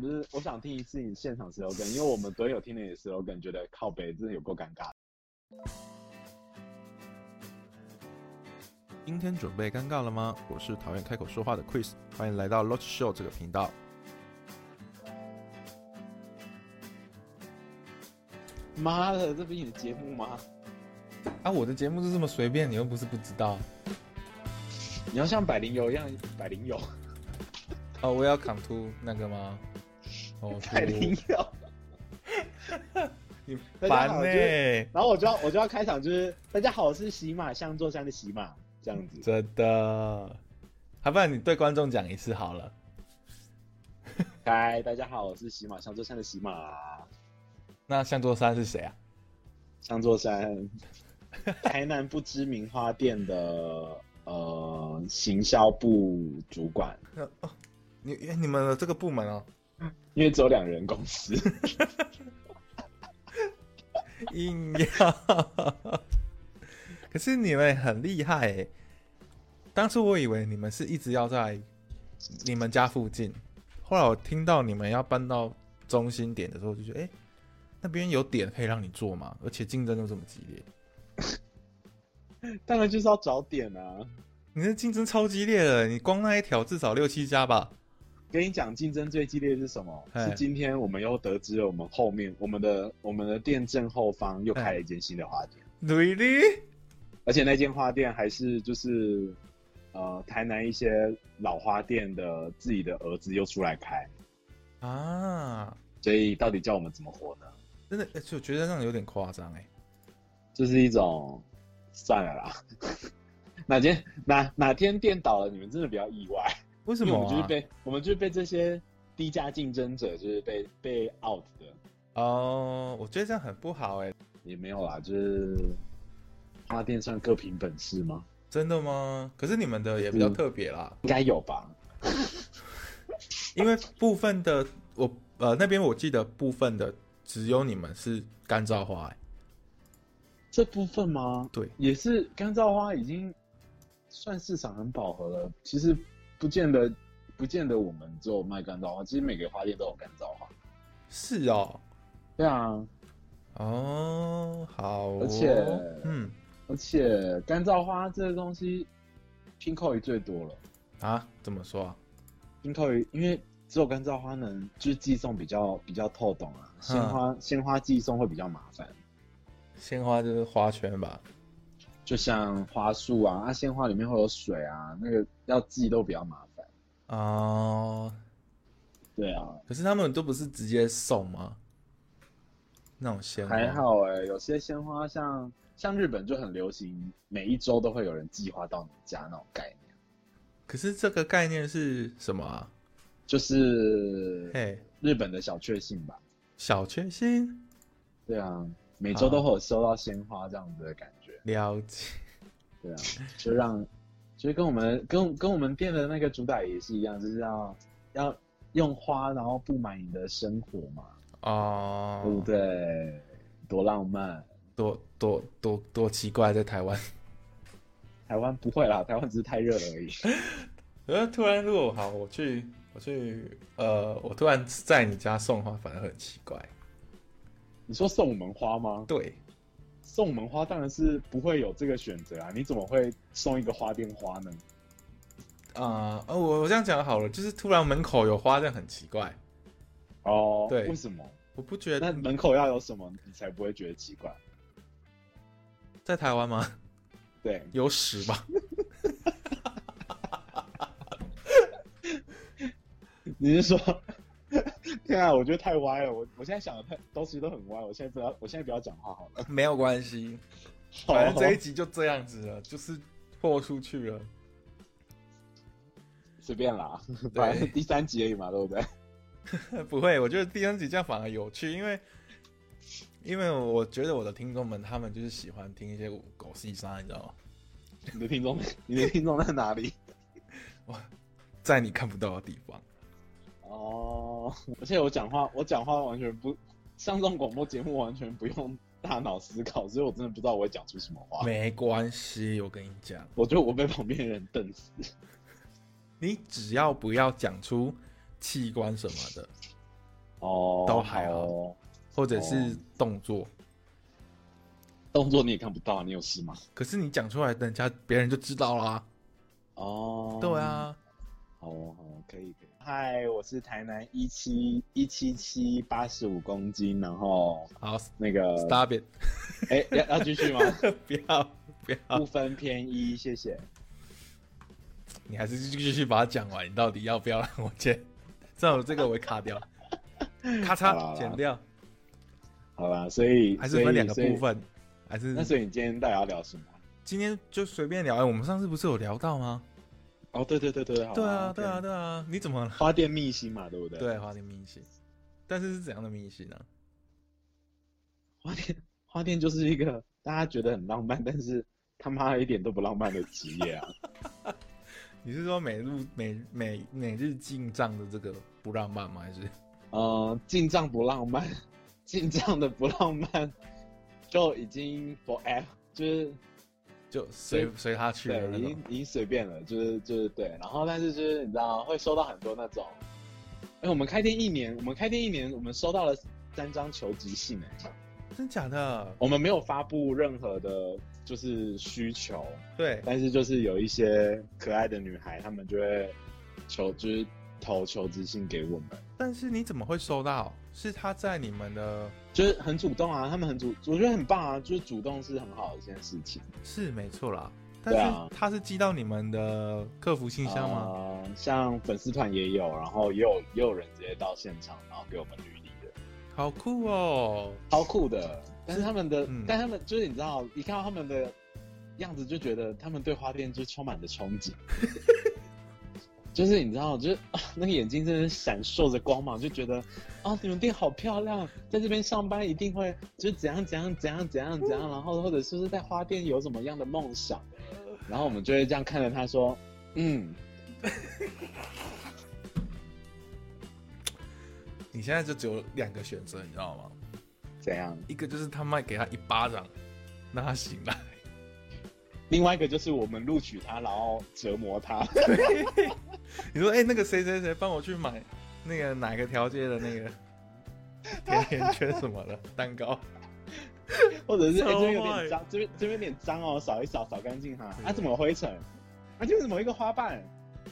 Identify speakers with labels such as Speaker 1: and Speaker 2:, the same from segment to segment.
Speaker 1: 就是我想听一次你现场 slogan，因为我们队友听了你的 slogan，觉得靠北真的有够尴尬的。
Speaker 2: 今天准备尴尬了吗？我是讨厌开口说话的 Chris，欢迎来到 Lot Show 这个频道。
Speaker 1: 妈的，这不是你的节目吗？
Speaker 3: 啊，我的节目就这么随便，你又不是不知道。
Speaker 1: 你要像百灵油一样，百灵油，
Speaker 3: 哦，我也要 come to 那个吗？ 哦，
Speaker 1: 百灵 油。
Speaker 3: 你
Speaker 1: 大家
Speaker 3: 烦
Speaker 1: 好
Speaker 3: 呢、
Speaker 1: 然后我就要我就要开场，就是大家好，我是喜马香座山的喜马，这样子。
Speaker 3: 真的。还不然你对观众讲一次好了。
Speaker 1: 嗨，大家好，我是喜马香座山的喜马，
Speaker 3: 那向座山是谁啊？
Speaker 1: 香座山，台南不知名花店的呃行销部主管，
Speaker 2: 呃哦你哎你们的这个部门哦，
Speaker 1: 因为只有两人公司。
Speaker 3: 硬要。可是你们很厉害诶、当初我以为你们是一直要在你们家附近，后来我听到你们要搬到中心点的时候，我就觉得诶，欸那边有点可以让你做嘛，而且竞争又这么激烈，
Speaker 1: 当然就是要找点啊！
Speaker 3: 你的竞争超激烈的，你光那一条至少六七家吧。
Speaker 1: 跟你讲，竞争最激烈的是什么？
Speaker 3: 嘿
Speaker 1: 是今天我们又得知了，我们后面我们的我们的店正后方又开了一间新的花店，
Speaker 3: Really？
Speaker 1: 而且那间花店还是就是呃台南一些老花店的自己的儿子又出来开，
Speaker 3: 啊，
Speaker 1: 所以到底叫我们怎么活呢？
Speaker 3: 真的，而且我觉得那样有点夸张欸诶。
Speaker 1: 就是一种算了啦。 哪天哪哪天店倒了，你们真的比较意外，
Speaker 3: 为什
Speaker 1: 因为
Speaker 3: 么、啊？
Speaker 1: 我们就是被我们就是被这些低价竞争者就是被被 out 的。
Speaker 3: 哦我觉得这样很不好欸诶。
Speaker 1: 也没有啦，就是花店算各凭本事吗？
Speaker 3: 真的吗？可是你们的也比较特别啦，
Speaker 1: 应该有吧。
Speaker 3: 因为部分的我呃那边我记得部分的只有你们是干燥花、欸，
Speaker 1: 这部分吗？
Speaker 3: 对，
Speaker 1: 也是干燥花已经算市场很饱和了。其实不见得，不见得我们只有卖干燥花，其实每个花店都有干燥花。
Speaker 3: 是哦，
Speaker 1: 对啊，
Speaker 3: 哦，好哦，
Speaker 1: 而且
Speaker 3: 嗯
Speaker 1: 而且干燥花这个东西，拼扣鱼最多了。
Speaker 3: 啊，怎么说啊？
Speaker 1: 拼扣鱼因为只有干燥花能就是寄送比较比较透懂啊，鲜花鲜花寄送会比较麻烦。
Speaker 3: 鲜花就是花圈吧？
Speaker 1: 就像花束啊，啊，鲜花里面会有水啊，那个要寄都比较麻烦。
Speaker 3: 哦，
Speaker 1: 对啊，
Speaker 3: 可是他们都不是直接送吗？那种鲜花
Speaker 1: 还好哎、有些鲜花像像日本就很流行，每一周都会有人寄花到你家那种概念，
Speaker 3: 可是这个概念是什么啊？
Speaker 1: 就是
Speaker 3: 嘿，
Speaker 1: 日本的小确幸吧。
Speaker 3: 小确幸，
Speaker 1: 对啊，每周都会有收到鲜花这样子的感觉。
Speaker 3: 了解。
Speaker 1: 对啊，就让就跟我们跟跟我们店的那个主打也是一样，就是要要用花然后布满你的生活嘛，
Speaker 3: 哦，
Speaker 1: 对不对？多浪漫。
Speaker 3: 多多多多奇怪，在台湾。
Speaker 1: 台湾不会啦，台 湾只是太热了 而已。
Speaker 3: 呃，突然如果好，我去我去呃，我突然在你家送花，反而很奇怪。
Speaker 1: 你说送我们花吗？
Speaker 3: 对，
Speaker 1: 送我们花当然是不会有这个选择啊，你怎么会送一个花店花呢？
Speaker 3: 啊、呃，我我这样讲好了，就是突然门口有花，这样很奇怪。
Speaker 1: 哦，
Speaker 3: 对
Speaker 1: 为什么？
Speaker 3: 我不觉
Speaker 1: 那
Speaker 3: 得
Speaker 1: 门口要有什么，你才不会觉得奇怪？
Speaker 3: 在台湾吗？
Speaker 1: 对，
Speaker 3: 有屎吧？
Speaker 1: 你是说？ 天啊，我觉得太歪了，我我现在想的太东西都很歪，我现在不要，我现在不要讲话好了。
Speaker 3: 没有关系，
Speaker 1: 好
Speaker 3: 反正这一集就这样子了，就是豁出去了。
Speaker 1: 随便啦，
Speaker 3: 对
Speaker 1: 反正第三集而已嘛，对 不对？
Speaker 3: 不会，我觉得第三集这样反而有趣，因为因为我觉得我的听众们他们就是喜欢听一些狗屁沙，你知道吗？
Speaker 1: 你的听众，你的听众在哪里？
Speaker 3: 在你看不到的地方。
Speaker 1: 哦，而且我讲话，我讲话完全不像这种广播节目，完全不用大脑思考，所以我真的不知道我会讲出什么话。
Speaker 3: 没关系，我跟你讲，
Speaker 1: 我觉得我被旁边人瞪死。
Speaker 3: 你只要不要讲出器官什么的，
Speaker 1: 哦，
Speaker 3: 都还好
Speaker 1: 哦，
Speaker 3: 或者是
Speaker 1: 哦
Speaker 3: 动作，
Speaker 1: 动作你也看不到，你有事吗？
Speaker 3: 可是你讲出来，人家别人就知道啦。
Speaker 1: 哦，
Speaker 3: 对，啊，
Speaker 1: 好哦，好哦，可以可以。嗨，我是台南一七一七七八十五公斤，然后
Speaker 3: 好
Speaker 1: 那个，
Speaker 3: ，stop it，
Speaker 1: 哎、要要继续吗？
Speaker 3: 不要不要
Speaker 1: 不，分偏一，谢谢。
Speaker 3: 你还是继续把它讲完。你到底要不要让我剪？这样我这个我会 卡掉，咔
Speaker 1: 好啦好
Speaker 3: 嚓
Speaker 1: 啦
Speaker 3: 剪掉，
Speaker 1: 好啦，所以
Speaker 3: 还是分两个
Speaker 1: 所以
Speaker 3: 部。分，还
Speaker 1: 所以那
Speaker 3: 是
Speaker 1: 所以你今天到底要聊什么？
Speaker 3: 今天就随便聊。哎，我们上次不是有聊到吗？
Speaker 1: 哦，对对对对，好
Speaker 3: 对啊，
Speaker 1: ，OK
Speaker 3: 对啊，对啊，你怎么了？
Speaker 1: 花店秘辛嘛，对不对？
Speaker 3: 对，啊花店密信，但是是怎样的密信呢？
Speaker 1: 花店花店就是一个大家觉得很浪漫，但是他妈一点都不浪漫的职业啊！
Speaker 3: 你是说每日每每每日进账的这个不浪漫吗？还是
Speaker 1: 呃，进账不浪漫， 进账的不浪漫，就已经 forever，就是
Speaker 3: 就随
Speaker 1: 对
Speaker 3: 随他去的
Speaker 1: 对，
Speaker 3: 那
Speaker 1: 已
Speaker 3: 种
Speaker 1: 经？已经随便了，就是就是对。然后但是就是你知道，会收到很多那种，哎、我们开店一年，我们开店一年，我们收到了三张求职信哎、
Speaker 3: 真假的？
Speaker 1: 我们没有发布任何的，就是需求，
Speaker 3: 对，
Speaker 1: 但是就是有一些可爱的女孩，她们就会求，就是投求职信给我们，
Speaker 3: 但是你怎么会收到？是他在你们的，
Speaker 1: 就是很主动啊，她们很主，我觉得很棒啊，就是主动是很好的一件事情。
Speaker 3: 是没错啦。但
Speaker 1: 对啊
Speaker 3: 是他是寄到你们的客服信箱吗？
Speaker 1: 呃像粉丝团也有，然后也有也有人直接到现场，然后给我们履历的，
Speaker 3: 好酷哦！
Speaker 1: 超酷的。但是他们的，
Speaker 3: 嗯
Speaker 1: 但他们就是你知道，一看到他们的样子，就觉得他们对花店就充满了憧 憬。就是你知道，就是、 啊那个眼睛真的闪烁着光芒，就觉得啊，你们店好漂亮，在这边上班一定会就是怎样怎样怎样怎样怎样，然后或者是不是在花店有什么样的梦想，然后我们就会这样看着他说，嗯，
Speaker 3: 你现在就只有两个选择，你知道吗？
Speaker 1: 怎样？
Speaker 3: 一个就是他妈给他一巴掌，让他醒来。
Speaker 1: 另外一个就是我们录取他，然后折磨他。
Speaker 3: 你说，哎、那个谁谁谁帮我去买那个哪个条街的那个甜甜圈什么的蛋糕，
Speaker 1: 或者是、
Speaker 3: 超
Speaker 1: 欸、这边有
Speaker 3: 坏嗯
Speaker 1: 点脏，这边这边有点脏哦，扫一扫，扫干净哈。
Speaker 3: 对
Speaker 1: 啊，怎么有灰尘？啊，就是怎么有一个花瓣？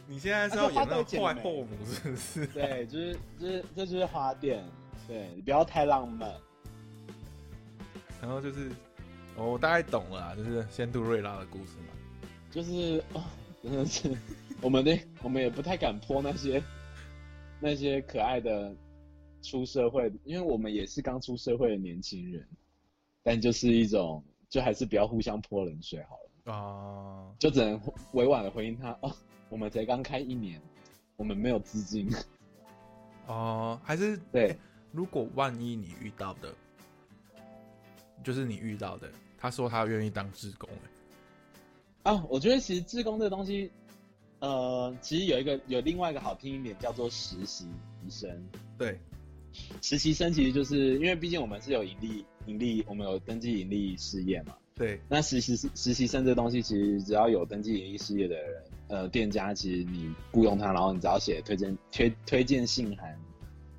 Speaker 3: 你现在是要演那
Speaker 1: 啊这花都
Speaker 3: 种
Speaker 1: 剪了
Speaker 3: 坏
Speaker 1: 没
Speaker 3: 后母是不是？
Speaker 1: 对，就是就是这就是花店。对你不要太浪漫。
Speaker 3: 然后就是，哦我大概懂了啦，就是仙杜瑞拉的故事嘛。
Speaker 1: 就是哦，真的是，我们那我们也不太敢泼那些那些可爱的出社会，因为我们也是刚出社会的年轻人，但就是一种，就还是不要互相泼冷水好了。
Speaker 3: 啊、
Speaker 1: 就只能委婉的回应他哦，我们才刚开一年，我们没有资金。
Speaker 3: 哦、还是
Speaker 1: 对
Speaker 3: 诶如果万一你遇到的，就是你遇到的，他说他愿意当志工、欸，
Speaker 1: 啊，我觉得其实志工这个东西，呃，其实有一个有另外一个好听一点叫做实习生。
Speaker 3: 对，
Speaker 1: 实习生其实就是因为毕竟我们是有盈利盈利，我们有登记盈利事业嘛。
Speaker 3: 对，
Speaker 1: 那实习实习生这东西，其实只要有登记营业事业的人，呃，店家其实你雇佣他，然后你只要写推荐推推荐信函，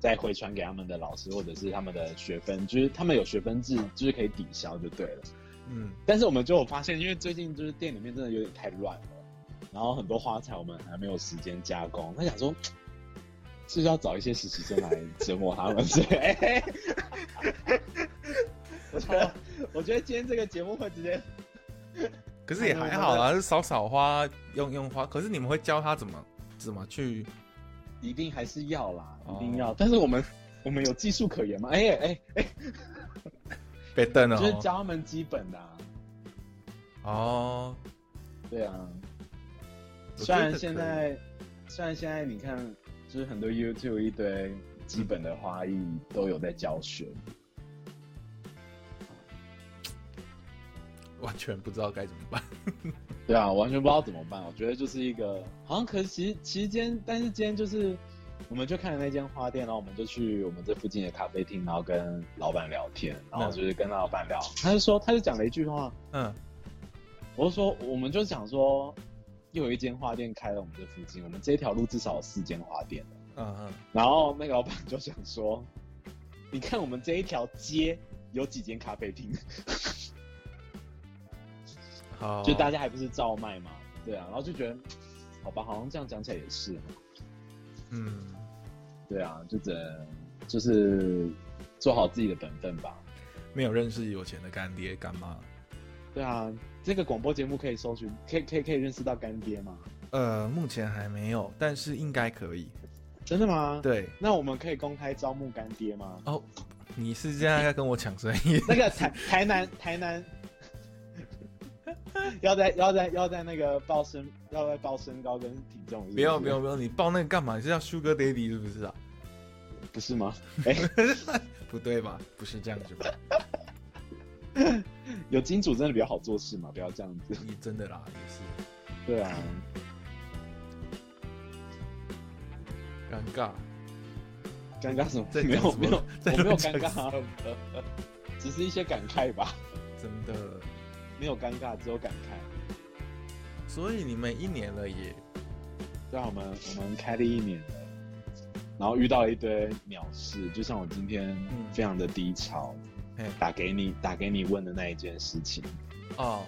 Speaker 1: 再回传给他们的老师或者是他们的学分，就是他们有学分制，就是可以抵消就对了。
Speaker 3: 嗯，
Speaker 1: 但是我们就有发现，因为最近就是店里面真的有点太乱了，然后很多花材我们还没有时间加工，他想说。是不是要找一些实习生来折磨他们？ 所以，哎我觉得，我觉得今天这个节目会直接
Speaker 3: 可是也还好啦，就少少花，用用花。可是你们会教他怎么怎么去
Speaker 1: 一定还是要啦，
Speaker 3: 哦
Speaker 1: 一定要。但是我们我们有技术可言吗？哎哎哎，
Speaker 3: 被瞪了
Speaker 1: 就是
Speaker 3: 哦。
Speaker 1: 教他们基本的、啊。
Speaker 3: 哦，
Speaker 1: 对啊，
Speaker 3: 我
Speaker 1: 虽
Speaker 3: 觉得
Speaker 1: 然
Speaker 3: 可
Speaker 1: 现
Speaker 3: 以
Speaker 1: 在虽然现在你看，就是很多 YouTube 一堆基本的花艺都有在教学，
Speaker 3: 完全不知道该怎么办。
Speaker 1: 对啊，我完全不知道怎么办。我觉得就是一个好像可是其实其实今天，但是今天就是。我们就看了那间花店，然后我们就去我们这附近的咖啡厅，然后跟老板聊天，然后就是跟老板聊，他就说，他就讲了一句话，
Speaker 3: 嗯，
Speaker 1: 我就说，我们就想说，又有一间花店开了我们这附近，我们这条路至少有四间花店了
Speaker 3: 嗯嗯，
Speaker 1: 然后那个老板就想说， 你看我们这一条街有几间咖啡厅，
Speaker 3: 好，
Speaker 1: 就大家还不是照卖嘛？对啊，然后就觉得，好吧，好像这样讲起来也是，
Speaker 3: 嗯，
Speaker 1: 对啊，就只能就是做好自己的本分吧。
Speaker 3: 没有认识有钱的干爹干妈，
Speaker 1: 对啊，这个广播节目可以搜寻，可以可以可以认识到干爹吗？
Speaker 3: 呃，目前还没有，但是应该可以。
Speaker 1: 真的吗？，
Speaker 3: 对，
Speaker 1: 那我们可以公开招募干爹吗？
Speaker 3: 哦，你是这样要跟我抢生意？
Speaker 1: 那个台台南台南， 要在要在要在那个报身要在报身高跟体重是不
Speaker 3: 不
Speaker 1: 要
Speaker 3: 要不要，不要， 你报那个干嘛？你是要 Sugar Daddy 是不 是啊？
Speaker 1: 不是吗？哎
Speaker 3: 不对吧？不是这样子吧？
Speaker 1: 有金主真的比较好做事嘛，不要这样 子。
Speaker 3: 你真的啦，也是
Speaker 1: 对啊，
Speaker 3: 尴尬。
Speaker 1: 尴尬什么？
Speaker 3: 在
Speaker 1: 没有没有，
Speaker 3: 在
Speaker 1: 我没有尴尬啊，只是一些感慨吧，
Speaker 3: 真的。
Speaker 1: 没有尴尬，只有感慨。
Speaker 3: 所以你们一年了也，
Speaker 1: 对啊，我们我们开了一年了，然后遇到了一堆鸟事，就像我今天
Speaker 3: 嗯
Speaker 1: 非常的低潮，
Speaker 3: 哎
Speaker 1: 打给你打给你问的那一件事情。
Speaker 3: 哦，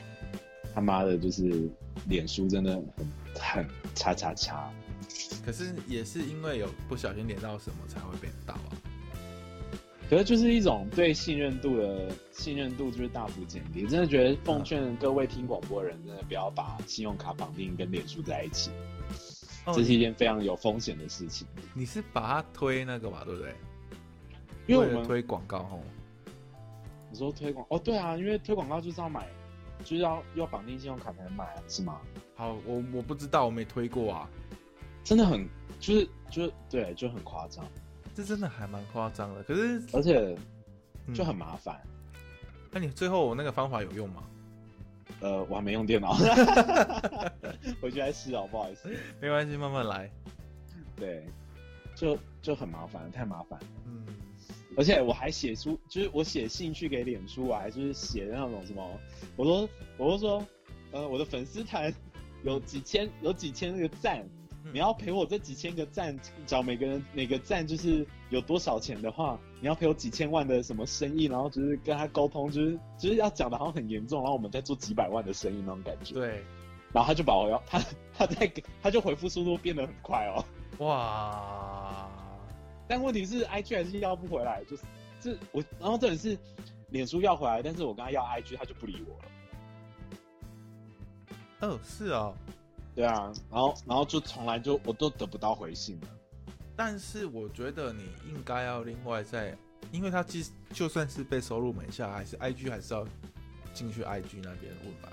Speaker 1: 他妈的，就是脸书真的很很叉叉叉。
Speaker 3: 可是也是因为有不小心连到什么才会被打啊。
Speaker 1: 可是就是一种对信任度的信任度就是大幅减低，真的觉得奉劝各位听广播的人，真的不要把信用卡绑定跟脸书在一起，
Speaker 3: 哦
Speaker 1: 这，是一件非常有风险的事情。
Speaker 3: 你是把它推那个嘛，对不对？
Speaker 1: 因为
Speaker 3: 为
Speaker 1: 我
Speaker 3: 了
Speaker 1: 们
Speaker 3: 推广告哦。
Speaker 1: 你说推广哦，对啊，因为推广告就是要买，就是要要绑定信用卡才能买啊，是吗？
Speaker 3: 好，我我不知道，我没推过啊。
Speaker 1: 真的很就是就是对，就很夸张，
Speaker 3: 这真的还蛮夸张的，可是
Speaker 1: 而且
Speaker 3: 嗯
Speaker 1: 就很麻烦。
Speaker 3: 那、你最后我那个方法有用吗？
Speaker 1: 呃，我还没用电脑，回去再试哦，不好意思。
Speaker 3: 没关系，慢慢来。
Speaker 1: 对，就就很麻烦，太麻烦了。
Speaker 3: 嗯，
Speaker 1: 而且我还写出，就是我写信去给脸书，我还就是写那种什么，我说我就说，呃，我的粉丝团有几千有几千那个赞，
Speaker 3: 嗯
Speaker 1: 你要赔我这几千个赞，找每个人每个赞就是有多少钱的话，你要赔我几千万的什么生意，然后就是跟他沟通，就是就是要讲的好像很严重，然后我们在做几百万的生意那种感觉。
Speaker 3: 对，
Speaker 1: 然后他就把我要他他在他就回复速度变得很快哦。
Speaker 3: 哇，
Speaker 1: 但问题是，IG 还是要不回来，就是这我，然后这里是脸书要回来，但是我跟他要 IG，他就不理我了。
Speaker 3: 哦，是哦，
Speaker 1: 对啊，然后然后就从来就我都得不到回信了。
Speaker 3: 但是我觉得你应该要另外再，因为他即就算是被收入门下，还是 IG 还是要进去 IG 那边问吧。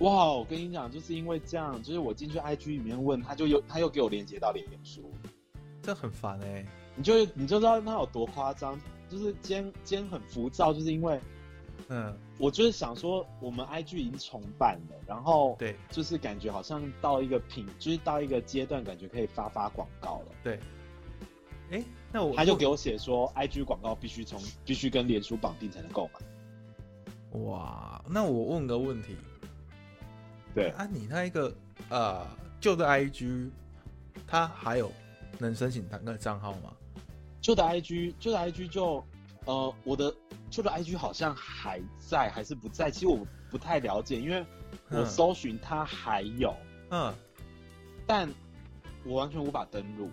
Speaker 1: 哇，我跟你讲，就是因为这样，就是我进去 IG 里面问，他就又他又给我连接到脸书，
Speaker 3: 这很烦哎、
Speaker 1: 你就你就知道他有多夸张。就是今天今天很浮躁，就是因为
Speaker 3: 嗯，
Speaker 1: 我就是想说，我们 IG 已经重版了，然后
Speaker 3: 对
Speaker 1: 就是感觉好像到一个品，就是到一个阶段，感觉可以发发广告了。
Speaker 3: 对。哎、那我
Speaker 1: 他就给我写说，IG 广告必须从必须跟脸书绑定才能购买。
Speaker 3: 哇，那我问个问题，
Speaker 1: 对
Speaker 3: 啊，你那一个呃旧的 IG，它还有能申请那个账号吗？
Speaker 1: 旧的 IG，旧的 IG 就，呃，我的旧的 IG 好像还在还是不在？其实我不太了解，因为我
Speaker 3: 嗯
Speaker 1: 搜寻它还有，
Speaker 3: 嗯，
Speaker 1: 但我完全无法登录，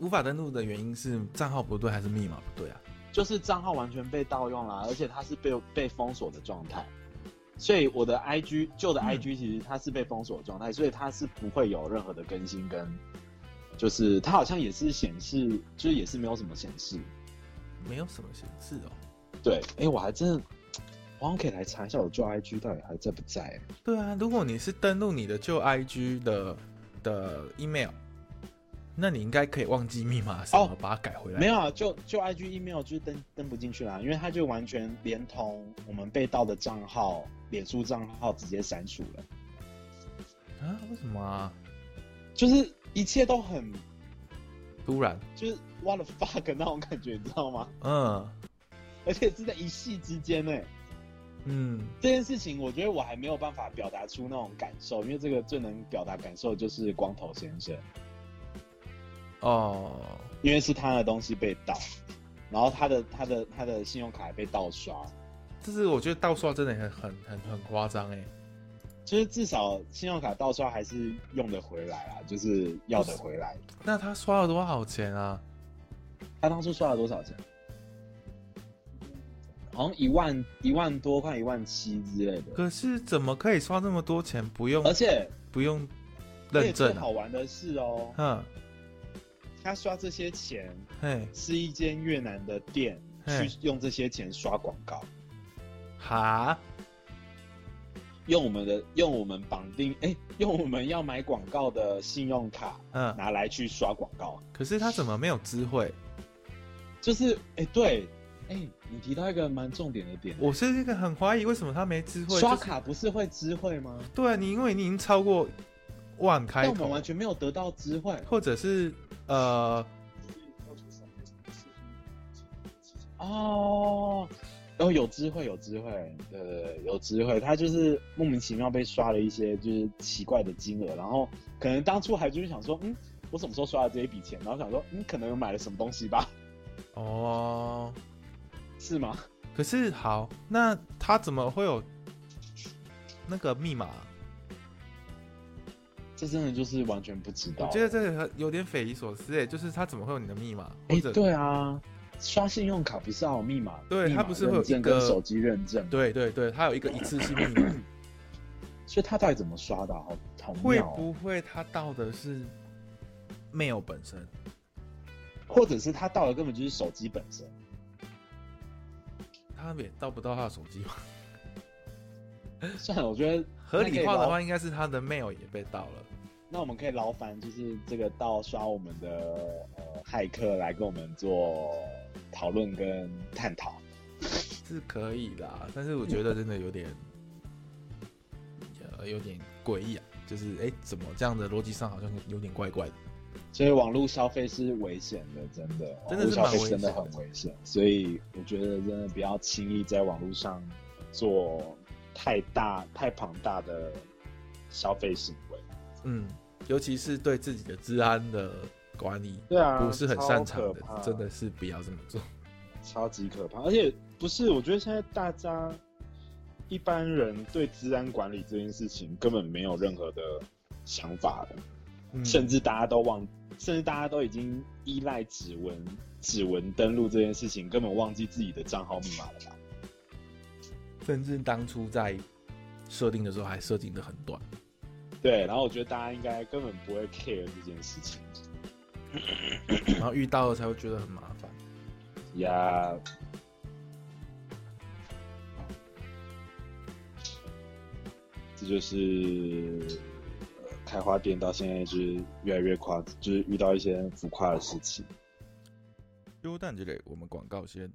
Speaker 3: 无法登录的原因是账号不对还是密码不对啊？
Speaker 1: 就是账号完全被盗用了，啊而且它是被被封锁的状态。所以我的 IG 旧的
Speaker 3: 嗯
Speaker 1: IG 其实它是被封锁的状态，所以它是不会有任何的更新跟，就是它好像也是显示，就是也是没有什么显示。
Speaker 3: 没有什么显示哦。
Speaker 1: 对，哎、我还真的，我好像可以来查一下我旧 IG 到底还在不在、欸
Speaker 3: 对啊，如果你是登录你的旧 IG 的的 email，那你应该可以忘记密码什么，
Speaker 1: 哦
Speaker 3: 把它改回来。
Speaker 1: 没有啊，旧旧 IG email 就是登登不进去啦，因为它就完全连同我们被盗的账号、脸书账号直接删除了，
Speaker 3: 啊？为什么啊？
Speaker 1: 就是一切都很
Speaker 3: 突然，
Speaker 1: 就是 what the fuck 那种感觉，你知道吗？
Speaker 3: 嗯
Speaker 1: 而且是在一夕之间呢、
Speaker 3: 嗯，
Speaker 1: 这件事情我觉得我还没有办法表达出那种感受，因为这个最能表达感受的就是光头先生。
Speaker 3: 哦，
Speaker 1: 因为是他的东西被盗，然后他的他的他的信用卡也被盗刷，
Speaker 3: 这是我觉得盗刷真的很很很很夸张哎，
Speaker 1: 就是至少信用卡盗刷还是用得回来啊，就是要得回来。
Speaker 3: 那他刷了多少钱啊？
Speaker 1: 他当初刷了多少钱？好像一万一万多块，一万七之类的。
Speaker 3: 可是怎么可以刷那么多钱？不用
Speaker 1: 而且，
Speaker 3: 不用
Speaker 1: 而且
Speaker 3: 认
Speaker 1: 最
Speaker 3: 证
Speaker 1: 好玩的是哦，
Speaker 3: 啊？
Speaker 1: 他刷这些钱
Speaker 3: 哼，嘿，
Speaker 1: 是一间越南的店
Speaker 3: 嗯
Speaker 1: 去用这些钱刷广告，
Speaker 3: 哈，
Speaker 1: 用我们的用我们绑定，哎、用我们要买广告的信用卡
Speaker 3: 嗯，
Speaker 1: 拿来去刷广告。
Speaker 3: 可是他怎么没有知会？
Speaker 1: 就是哎、诶对，哎、你提到一个蛮重点的点，
Speaker 3: 我是一个很怀疑为什么他没知会。
Speaker 1: 刷
Speaker 3: 就是
Speaker 1: 卡不是会知会吗？
Speaker 3: 对啊你，因为你已经超过万开
Speaker 1: 但我们
Speaker 3: 头
Speaker 1: 完，全没有得到知会
Speaker 3: 或者是呃，
Speaker 1: 哦。哦，有知会，有知会，对对对，有知会，他就是莫名其妙被刷了一些就是奇怪的金额，然后可能当初还就是想说，嗯，我什么时候刷了这一笔钱？然后想说，嗯，可能有买了什么东西吧？
Speaker 3: 哦，
Speaker 1: 是吗？
Speaker 3: 可是好，那他怎么会有那个密码？
Speaker 1: 这真的就是完全不知道。
Speaker 3: 我觉得这个有点匪夷所思诶，就是他怎么会有你的密码？或
Speaker 1: 哎、
Speaker 3: 者
Speaker 1: 对啊，刷信用卡不是要有密码？
Speaker 3: 对
Speaker 1: 密码
Speaker 3: 它不是会有
Speaker 1: 认证
Speaker 3: 一个
Speaker 1: 跟手机认证吗？
Speaker 3: 对对对，他有一个一次性密码。
Speaker 1: 所以他到底怎么刷的啊、好好
Speaker 3: 会
Speaker 1: 妙哦、
Speaker 3: 不会他盗的是 mail 本身？
Speaker 1: 或者是他到的根本就是手机本身？
Speaker 3: 他也盗不到他的手 机吧？
Speaker 1: 算了，我觉得
Speaker 3: 合理化
Speaker 1: 那
Speaker 3: 的
Speaker 1: 可以
Speaker 3: 话，应该是他的 mail 也被盗了。
Speaker 1: 那我们可以劳烦就是这个到刷我们的呃骇客来跟我们做讨论跟探讨。
Speaker 3: 是可以啦，但是我觉得真的有点，呃， 有点诡异啊。就是哎、诶怎么这样的逻辑上好像有点怪怪的？
Speaker 1: 所以网络消费是危险的，真的，网
Speaker 3: 真的
Speaker 1: 络
Speaker 3: 是
Speaker 1: 消
Speaker 3: 蛮
Speaker 1: 费
Speaker 3: 危险的
Speaker 1: 真的很危险。所以我觉得真的不要轻易在网络上做太大、太庞大的消费行为。
Speaker 3: 嗯，尤其是对自己的治安的管理
Speaker 1: 对啊，
Speaker 3: 不是很擅长
Speaker 1: 超
Speaker 3: 的
Speaker 1: 可，怕
Speaker 3: 真的是不要这么做。
Speaker 1: 超级可怕，而且不是，我觉得现在大家一般人对治安管理这件事情根本没有任何的想法了，
Speaker 3: 嗯，
Speaker 1: 甚至大家都忘，甚至大家都已经依赖指纹、指纹登录这件事情，根本忘记自己的账号密码了吧？
Speaker 3: 甚至当初在设定的时候还设定的很短。
Speaker 1: 对，然后我觉得大家应该根本不会 care 这件事情
Speaker 3: 然后遇到了才会觉得很麻烦。
Speaker 1: 呀。这就是呃开花店到现在就是越来越夸，就是遇到一些浮夸的事情。
Speaker 2: 优蛋之类，我们广告先。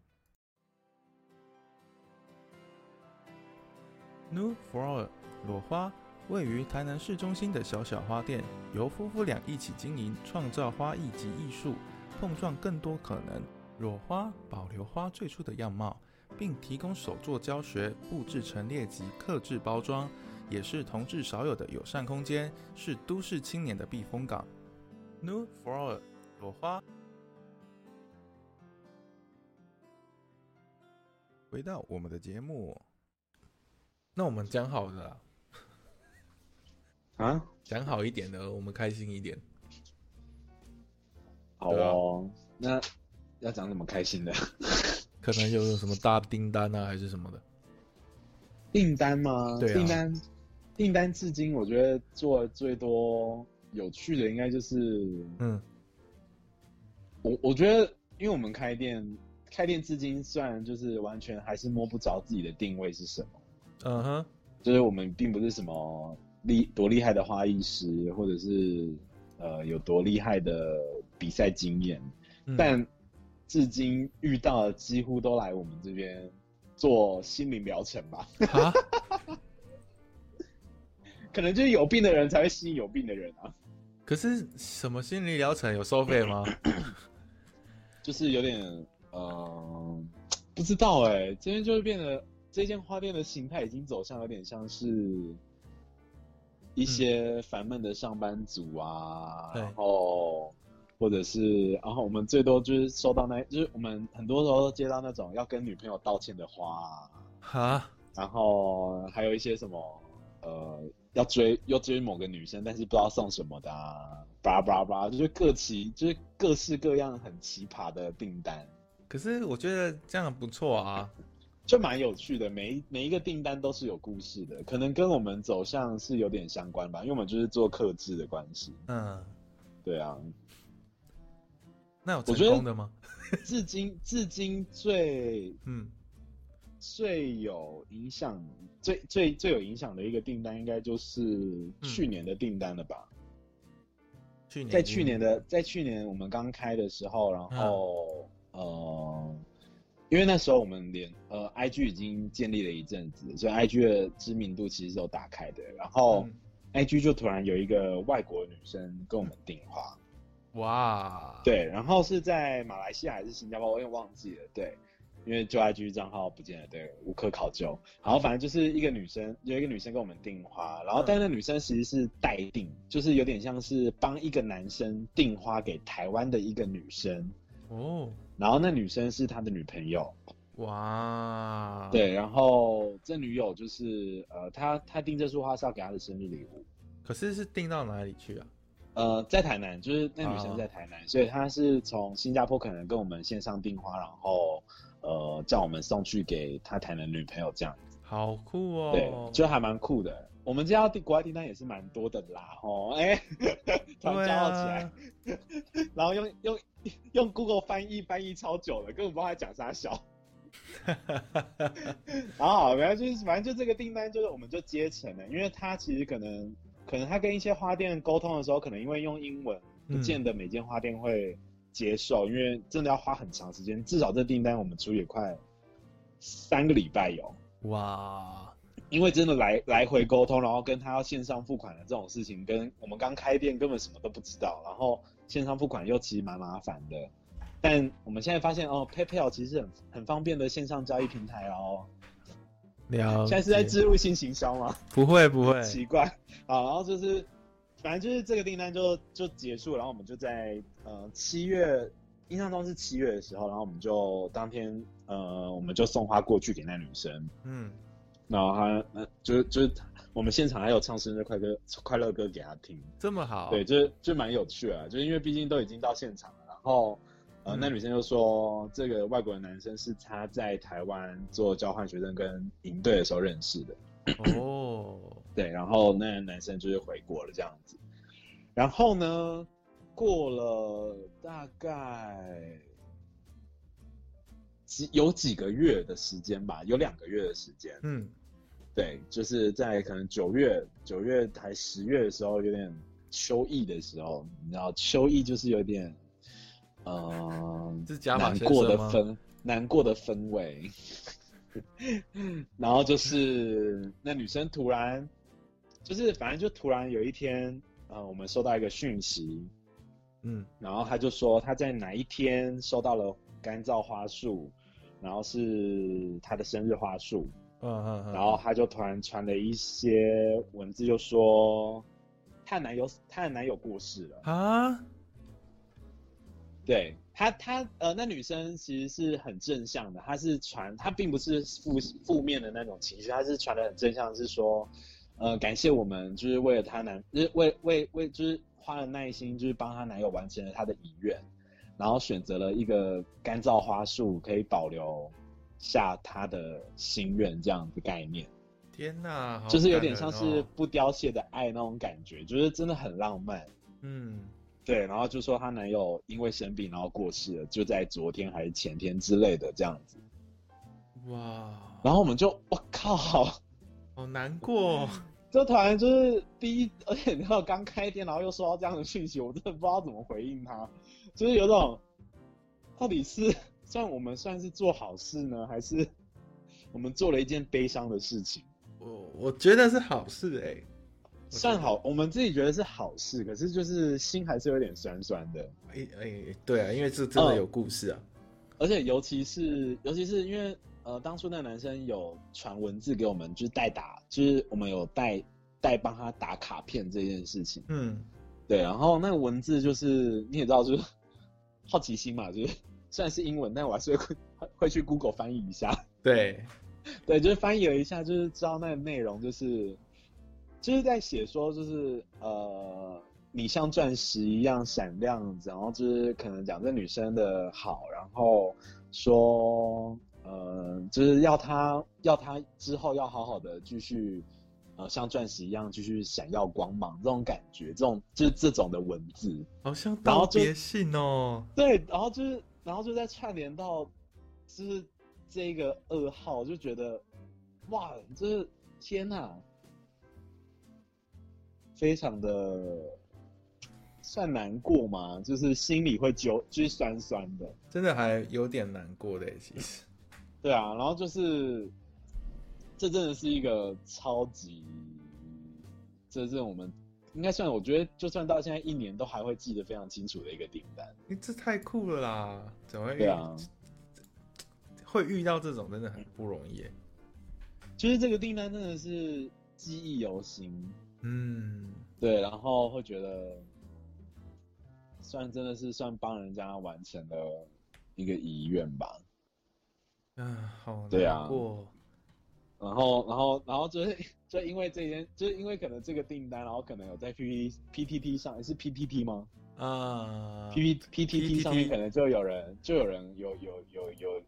Speaker 2: New Flower 裸花位于台南市中心的小小花店，由夫妇俩一起经营，创造花艺及艺术，碰撞更多可能。裸花保留花最初的样貌，并提供手作教学、布置陈列及刻制包装，也是同志少有的友善空间，是都市青年的避风港。New Flower 裸花回到我们的节目，
Speaker 3: 那我们讲好的啦，
Speaker 1: 啊，
Speaker 3: 讲好一点的，我们开心一点。
Speaker 1: 好哦，
Speaker 3: 啊
Speaker 1: 那要讲怎么开心的
Speaker 3: 可能有什么大订单啊，还是什么的。
Speaker 1: 订单吗？
Speaker 3: 对啊
Speaker 1: 订单，订单至今我觉得做的最多有趣的应该就是
Speaker 3: 嗯，
Speaker 1: 我我觉得，因为我们开店开店至今，虽然就是完全还是摸不着自己的定位是什么，
Speaker 3: 嗯哼，
Speaker 1: 就是我们并不是什么厉多厉害的花艺师，或者是呃有多厉害的比赛经验，
Speaker 3: 嗯
Speaker 1: 但至今遇到的几乎都来我们这边做心灵疗程吧，
Speaker 3: 哈，
Speaker 1: 可能就是有病的人才会吸引有病的人啊，
Speaker 3: 可是什么心理疗程有收费 吗？
Speaker 1: 就是有点呃不知道哎、这边就会变得这间花店的形态已经走向有点像是一些烦闷的上班族啊，
Speaker 3: 对
Speaker 1: 然后或者是然后我们最多就是收到那，就是我们很多时候都接到那种要跟女朋友道歉的花啊，
Speaker 3: 哈，
Speaker 1: 然后还有一些什么呃要追要追某个女生，但是不知道送什么的啊，叭叭叭，就是各奇就是各式各样很奇葩的订单，
Speaker 3: 可是我觉得这样不错啊。
Speaker 1: 就蛮有趣的。每一每一个订单都是有故事的，可能跟我们走向是有点相关吧，因为我们就是做克制的关系。
Speaker 3: 嗯，
Speaker 1: 对啊，
Speaker 3: 那有成
Speaker 1: 我觉得
Speaker 3: 功的吗？
Speaker 1: 至今至今最
Speaker 3: 嗯，
Speaker 1: 最有影响、最最最有影响的一个订单，应该就是去年的订单了吧？
Speaker 3: 去年嗯
Speaker 1: 在去年的，在去年我们刚开的时候，然后、呃，因为那时候我们连呃 IG 已经建立了一阵子，所以 IG 的知名度其实是有打开的。然后
Speaker 3: 嗯
Speaker 1: IG 就突然有一个外国女生跟我们订花，
Speaker 3: 哇，，
Speaker 1: 对，然后是在马来西亚还是新加坡，我有点忘记了。对，因为旧 IG 账号不见了，对，无可考究。然后反正就是一个女生，有一个女生跟我们订花，然后但那女生其实是代订，就是有点像是帮一个男生订花给台湾的一个女生，
Speaker 3: 哦，
Speaker 1: 然后那女生是他的女朋友。
Speaker 3: 哇，，
Speaker 1: 对，然后这女友就是呃，她她订这束花是要给她的生日礼物。
Speaker 3: 可是是订到哪里去啊？
Speaker 1: 呃，在台南，就是那女生在台南，所以她是从新加坡可能跟我们线上订花，然后呃叫我们送去给她台南女朋友这样子，
Speaker 3: 好酷
Speaker 1: 对，
Speaker 3: 哦，
Speaker 1: 就还蛮酷的。我们接到订国外订单也是蛮多的啦，哦，哎、 突然
Speaker 3: 对
Speaker 1: 骄傲起来，
Speaker 3: 啊，
Speaker 1: 然后用用用 Google 翻译翻译超久了，根本不知道他讲啥小。然后好，反正就是反正就这个订单，就是我们就接成了，因为他其实可能可能他跟一些花店沟通的时候，可能因为用英文，不见得每间花店会接受，因为真的要花很长时间，至少这订单我们处理快三个礼拜有。
Speaker 3: 哇，
Speaker 1: 因为真的来来回沟通，然后跟他要线上付款的这种事情，跟我们刚开店根本什么都不知道，然后线上付款又其实蛮麻烦的。但我们现在发现哦，PayPal 其实很很方便的线上交易平台哦。
Speaker 3: 了解，
Speaker 1: 现在是在植入性行销 吗？
Speaker 3: 不会不会，
Speaker 1: 奇怪啊，然后就是反正就是这个订单就就结束，然后我们就在呃七月，印象中是七月的时候，然后我们就当天呃我们就送花过去给那女生，
Speaker 3: 嗯，
Speaker 1: 然后他呃，就是就是我们现场还有唱生日快歌快乐歌给他听，
Speaker 3: 这么好，
Speaker 1: 对，，就是就蛮有趣的啊，就是因为毕竟都已经到现场了，然后呃、
Speaker 3: 嗯
Speaker 1: 那女生就说这个外国的男生是她在台湾做交换学生跟营队的时候认识的，
Speaker 3: 哦，
Speaker 1: 对，然后那个男生就是回国了这样子，然后呢，过了大概几有几个月的时间吧，有两个月的时间，
Speaker 3: 嗯，
Speaker 1: 对，就是在可能九月、九月还十月的时候，有点秋意的时候，你知道秋意就是有点，呃，
Speaker 3: 是加法
Speaker 1: 难
Speaker 3: 先
Speaker 1: 过的
Speaker 3: 生吗？
Speaker 1: 氛，难过的氛围。 然后就是那女生突然，就是反正就突然有一天，呃，我们收到一个讯息，
Speaker 3: 嗯，
Speaker 1: 然后她就说她在哪一天收到了干燥花束，然后是她的生日花束，
Speaker 3: 嗯嗯嗯，
Speaker 1: 然后她就突然传了一些文字，就说她的男友她的男友过世了。
Speaker 3: 啊，
Speaker 1: 对她她呃，那女生其实是很正向的，她是传她并不是负负面的那种情绪，她是传的很正向，是说呃感谢我们就是为了她男，就是为为为就是花了耐心，就是帮她男友完成了她的遗愿，然后选择了一个干燥花束可以保留下她的心愿这样的概念。
Speaker 3: 天哪，好
Speaker 1: 就是有
Speaker 3: 感
Speaker 1: 点
Speaker 3: 人
Speaker 1: 像
Speaker 3: 哦
Speaker 1: 是不凋谢的爱那种感觉，就是真的很浪漫。
Speaker 3: 嗯，
Speaker 1: 对，然后就说她男友因为生病然后过世了，就在昨天还是前天之类的这样子。
Speaker 3: 哇，
Speaker 1: 然后我们就我靠，
Speaker 3: 好难过，
Speaker 1: 这团就是第一，而且你知道刚开店，然后又收到这样的讯息，我真的不知道怎么回应他，就是有种到底是算我们算是做好事呢，还是我们做了一件悲伤的事情？
Speaker 3: 我我觉得是好事哎、我觉
Speaker 1: 算
Speaker 3: 得
Speaker 1: 好，我们自己觉得是好事，可是就是心还是有点酸酸的。
Speaker 3: 哎哎，对啊，因为这真的
Speaker 1: 嗯
Speaker 3: 有故事啊。
Speaker 1: 而且尤其是尤其是因为呃，当初那男生有传文字给我们，就是代打，就是我们有代代帮他打卡片这件事情。
Speaker 3: 嗯
Speaker 1: 对，然后那个文字就是你也知道，就是好奇心嘛，就是虽然是英文，但我还是会会去 Google 翻译一下。
Speaker 3: 对，
Speaker 1: 对，就是翻译了一下，就是知道那个内容，就是就是在写说，就是呃，你像钻石一样闪亮，然后就是可能讲这女生的好，然后说呃，就是要她要她之后要好好的继续呃，像钻石一样继续闪耀光芒这种感觉，这种就是这种的文字，
Speaker 3: 好像
Speaker 1: 然
Speaker 3: 道
Speaker 1: 后就
Speaker 3: 别信哦。
Speaker 1: 对，然后就是，然后就再串联到，就是这个噩耗，就觉得，哇，就是天呐，非常的算难过嘛，就是心里会揪，就是酸酸的，
Speaker 3: 真的还有点难过的，其实。
Speaker 1: 对啊，然后就是，这真的是一个超级，这是我们应该算，我觉得就算到现在一年都还会记得非常清楚的一个订单，
Speaker 3: 你这太酷了啦！怎么会遇
Speaker 1: 对啊。
Speaker 3: 会遇到这种真的很不容易耶。
Speaker 1: 就是这个订单真的是记忆犹新，
Speaker 3: 嗯，
Speaker 1: 对，然后会觉得，算真的是算帮人家完成了一个遗愿吧。
Speaker 3: 啊，好
Speaker 1: 对啊
Speaker 3: 难过。
Speaker 1: 然后，然后，然后就是就因为这件，就是因为可能这个订单，然后可能有在 P P P T 上，是 P T T 吗
Speaker 3: 啊，
Speaker 1: ？P P 嗯 P T
Speaker 3: PTT
Speaker 1: T 上面可能就有人就有人有有有有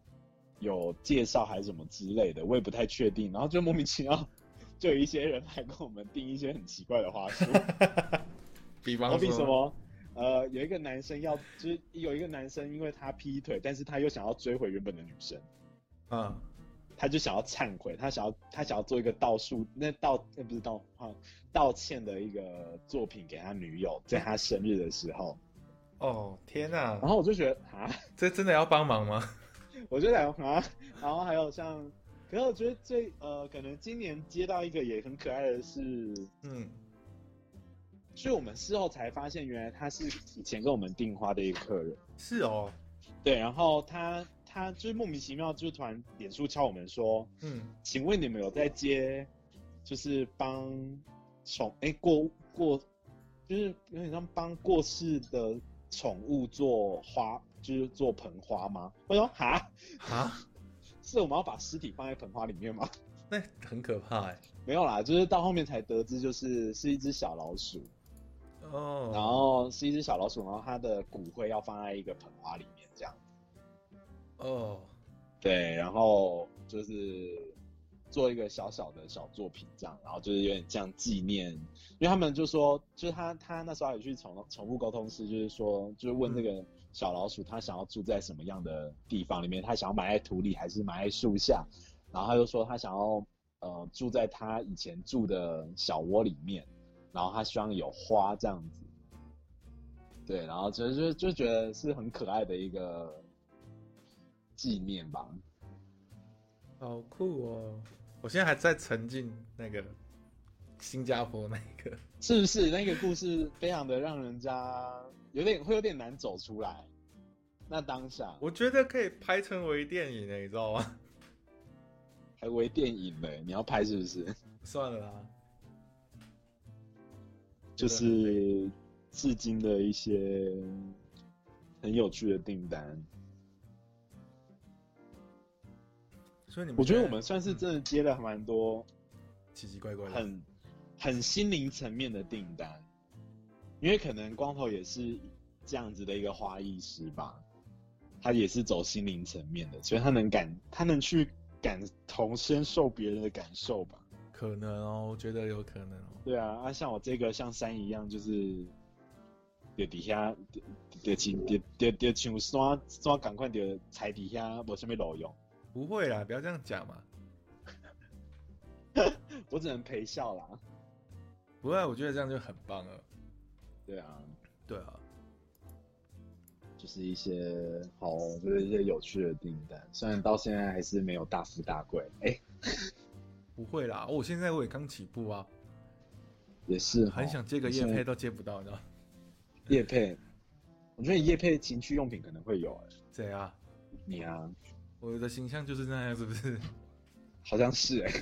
Speaker 1: 有介绍还是什么之类的，我也不太确定。然后就莫名其妙 就有一些人来跟我们订一些很奇怪的花束。
Speaker 3: 比
Speaker 1: 好
Speaker 3: 方
Speaker 1: 比
Speaker 3: 说
Speaker 1: 哦什？么？呃，有一个男生要，就是有一个男生，因为他劈腿，但是他又想要追回原本的女生，
Speaker 3: 嗯，
Speaker 1: 他就想要忏悔，他想要他想要做一个道术，那道那不是道啊道歉的一个作品给他女友，在他生日的时候，
Speaker 3: 哦，天哪、
Speaker 1: 然后我就觉得啊，
Speaker 3: 这真的要帮忙吗？
Speaker 1: 我就想啊，然后还有像，可是我觉得最呃，可能今年接到一个也很可爱的是，
Speaker 3: 嗯，
Speaker 1: 所以我们事后才发现，原来他是以前跟我们订花的一个客人。
Speaker 3: 是哦，
Speaker 1: 对，然后他他就是莫名其妙就突然脸书敲我们说，
Speaker 3: 嗯，
Speaker 1: 请问你们有在接，就是帮宠哎过过，就是有点像帮过世的宠物做花，就是做盆花吗？我说哈，
Speaker 3: 啊，
Speaker 1: 是我们要把尸体放在盆花里面吗？
Speaker 3: 那很可怕哎。
Speaker 1: 没有啦，就是到后面才得知，就是是一只小老鼠，
Speaker 3: 哦，
Speaker 1: 然后是一只小老鼠，然后它的骨灰要放在一个盆花里面这样。
Speaker 3: 哦，
Speaker 1: 对，然后就是做一个小小的小作品这样，然后就是有点这样纪念，因为他们就说，就是他他那时候有去宠宠物沟通师，就是说，就是问那个小老鼠，它想要住在什么样的地方里面，它想要埋在土里还是埋在树下，然后他就说他想要呃住在他以前住的小窝里面，然后他希望有花这样子，对，然后就就就觉得是很可爱的一个纪念吧，
Speaker 3: 好酷哦！我现在还在沉浸那个新加坡那一个，
Speaker 1: 是不是那个故事非常的让人家有点会有点难走出来？那当下
Speaker 3: 我觉得可以拍成微电影欸的，你知道吗？
Speaker 1: 还微电影呢，你要拍是不是？
Speaker 3: 算了啊啦，啊
Speaker 1: 就是至今的一些很有趣的订单，
Speaker 3: 所以你们
Speaker 1: 我觉得
Speaker 3: 现
Speaker 1: 我
Speaker 3: 在
Speaker 1: 们算是真的接了蛮多
Speaker 3: 奇奇怪怪的，
Speaker 1: 很很心灵层面的订单，因为可能光头也是这样子的一个花艺师吧，他也是走心灵层面的，所以他能感他能去感同身受别人的感受吧。
Speaker 3: 可能哦，我觉得有可能哦。
Speaker 1: 对啊，啊，像我这个像山一样，就是跌底下跌跌青跌跌跌像山山赶快跌踩底下，无什么路用，
Speaker 3: 不会啦，不要这样讲嘛。
Speaker 1: 我只能陪笑啦。
Speaker 3: 不会，我觉得这样就很棒了。
Speaker 1: 对啊，
Speaker 3: 对啊，
Speaker 1: 就是一些好，就是一些有趣的订单，虽然到现在还是没有大富大贵，哎、
Speaker 3: 不会啦，哦我、现在我也刚起步啊，
Speaker 1: 也是齁
Speaker 3: 很想接个叶配都接不到，你知道吗
Speaker 1: 叶配，我觉得叶配情趣用品可能会有、哎，
Speaker 3: 怎样？
Speaker 1: 你啊，
Speaker 3: 我的形象就是那样，是不 是？
Speaker 1: 好像是哎、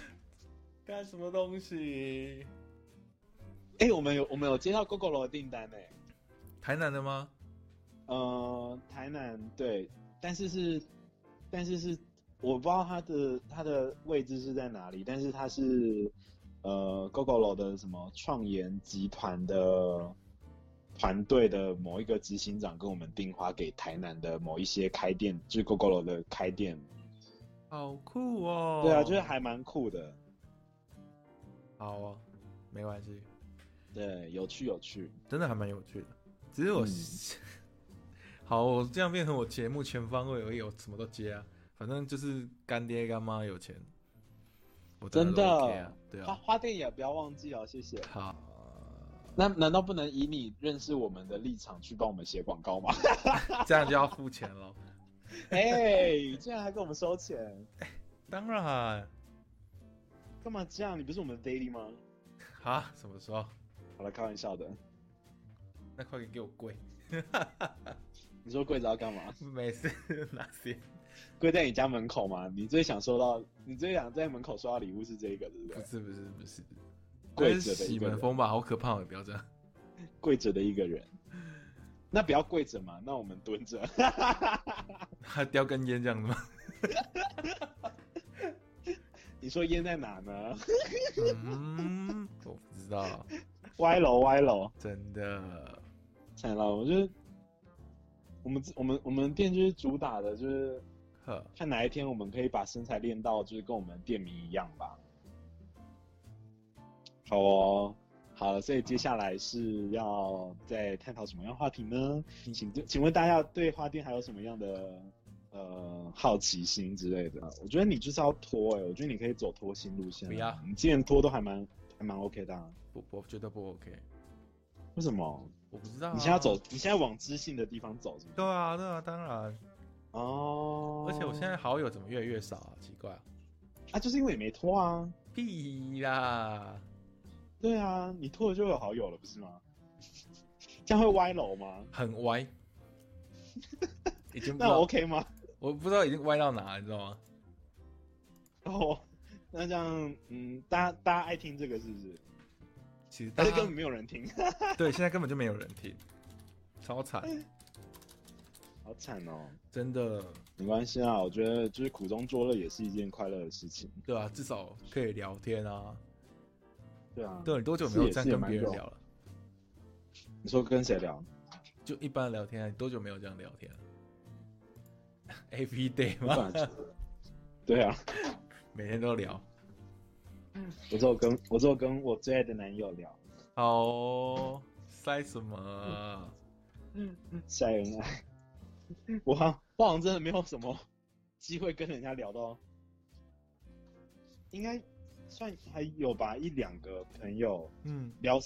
Speaker 3: 干什么东西？
Speaker 1: 哎、我们有我们有接到 GoGo 楼的订单哎、
Speaker 3: 台南的吗？
Speaker 1: 呃，台南对，但是是，但是是我不知道它的它的位置是在哪里，但是它是呃 GoGoLo 的什么创研集团的团队的某一个执行长跟我们订花给台南的某一些开店，就是 GoGoLo 的开店，
Speaker 3: 好酷哦！
Speaker 1: 对啊，就是还蛮酷的，
Speaker 3: 好哦，没关系，
Speaker 1: 对，有趣有趣，
Speaker 3: 真的还蛮有趣的。只是我、嗯 好，我这样变成我节目全方位而已，我什么都接啊，反正就是干爹干妈有钱，我当然
Speaker 1: 真的
Speaker 3: 都 OK 啊，对
Speaker 1: 花
Speaker 3: 啊，
Speaker 1: 花店也不要忘记哦，谢谢。
Speaker 3: 好，
Speaker 1: 那难道不能以你认识我们的立场去帮我们写广告吗？
Speaker 3: 这样就要付钱了。
Speaker 1: 哎、竟然还跟我们收钱，
Speaker 3: 当然，
Speaker 1: 干嘛这样？你不是我们的 daily 吗？
Speaker 3: 啊，什么时候？
Speaker 1: 好了，开玩笑的。
Speaker 3: 那快点给我跪，
Speaker 1: 你说跪着要干嘛？
Speaker 3: 没事， 哪些？
Speaker 1: 跪在你家门口吗？你最想收到，你最想在门口收到礼物是这个，对不
Speaker 3: 不
Speaker 1: 对？
Speaker 3: 是不是不是，
Speaker 1: 跪
Speaker 3: 那
Speaker 1: 着
Speaker 3: 是
Speaker 1: 的一
Speaker 3: 洗
Speaker 1: 个
Speaker 3: 门
Speaker 1: 人，
Speaker 3: 风吧，好可怕哦！不要这样。
Speaker 1: 跪着的一个人。那不要跪着嘛，那我们蹲着。
Speaker 3: 他叼根烟这样子吗？
Speaker 1: 你说烟在哪呢？
Speaker 3: 嗯，我不知道，
Speaker 1: 歪楼歪楼，
Speaker 3: 真的。
Speaker 1: 惨了！我就是我们我们我们店就是主打的就是
Speaker 3: 呵，
Speaker 1: 看哪一天我们可以把身材练到，就是跟我们店名一样吧。好哦，好了，所以接下来是要再探讨什么样的话题呢？请请问大家对花店还有什么样的呃好奇心之类的？我觉得你就是要拖哎、我觉得你可以走拖心路线、啊。
Speaker 3: 不要
Speaker 1: 你之前拖都还蛮还蛮 OK 的、啊，
Speaker 3: 不，我觉得不 OK，
Speaker 1: 为什么？
Speaker 3: 我不知道、啊。
Speaker 1: 你现在走，你现在往知性的地方走是吗？
Speaker 3: 对啊，对啊，当然。
Speaker 1: 哦，
Speaker 3: 而且我现在好友怎么越来越少啊？奇怪、啊，
Speaker 1: 啊，就是因为你没拖啊。
Speaker 3: 屁啦！
Speaker 1: 对啊，你脱了就有好友了，不是吗？这样会歪楼吗？
Speaker 3: 很歪， 已经不知
Speaker 1: 那
Speaker 3: 道
Speaker 1: OK 吗？
Speaker 3: 我不知道已经歪到哪，你知道吗？
Speaker 1: 哦，那这样，嗯，大家大家爱听这个是不是？
Speaker 3: 其实大
Speaker 1: 但是
Speaker 3: 家
Speaker 1: 根本没有人 听，
Speaker 3: 对，现在根本就没有人听，超惨，
Speaker 1: 好惨哦。
Speaker 3: 真的。
Speaker 1: 没关系啊，我觉得就是苦中作乐也是一件快乐的事情。
Speaker 3: 对啊，至少可以聊天啊。
Speaker 1: 对啊，
Speaker 3: 对，你多久没有这
Speaker 1: 是也
Speaker 3: 样
Speaker 1: 是
Speaker 3: 跟
Speaker 1: 蛮
Speaker 3: 别人
Speaker 1: 久
Speaker 3: 聊了？
Speaker 1: 你说跟谁聊？
Speaker 3: 就一般聊天啊，你多久没有这样聊天了？Every day
Speaker 1: 我本
Speaker 3: 吗？
Speaker 1: 来就对啊，
Speaker 3: 每天都聊。
Speaker 1: 我只有跟我只有跟我最爱的男友聊，
Speaker 3: 好哦，塞什么啊？
Speaker 1: 晒恩爱。啊 我好像我好像真的没有什么机会跟人家聊到，应该算还有吧，一两个朋友
Speaker 3: 嗯，
Speaker 1: 聊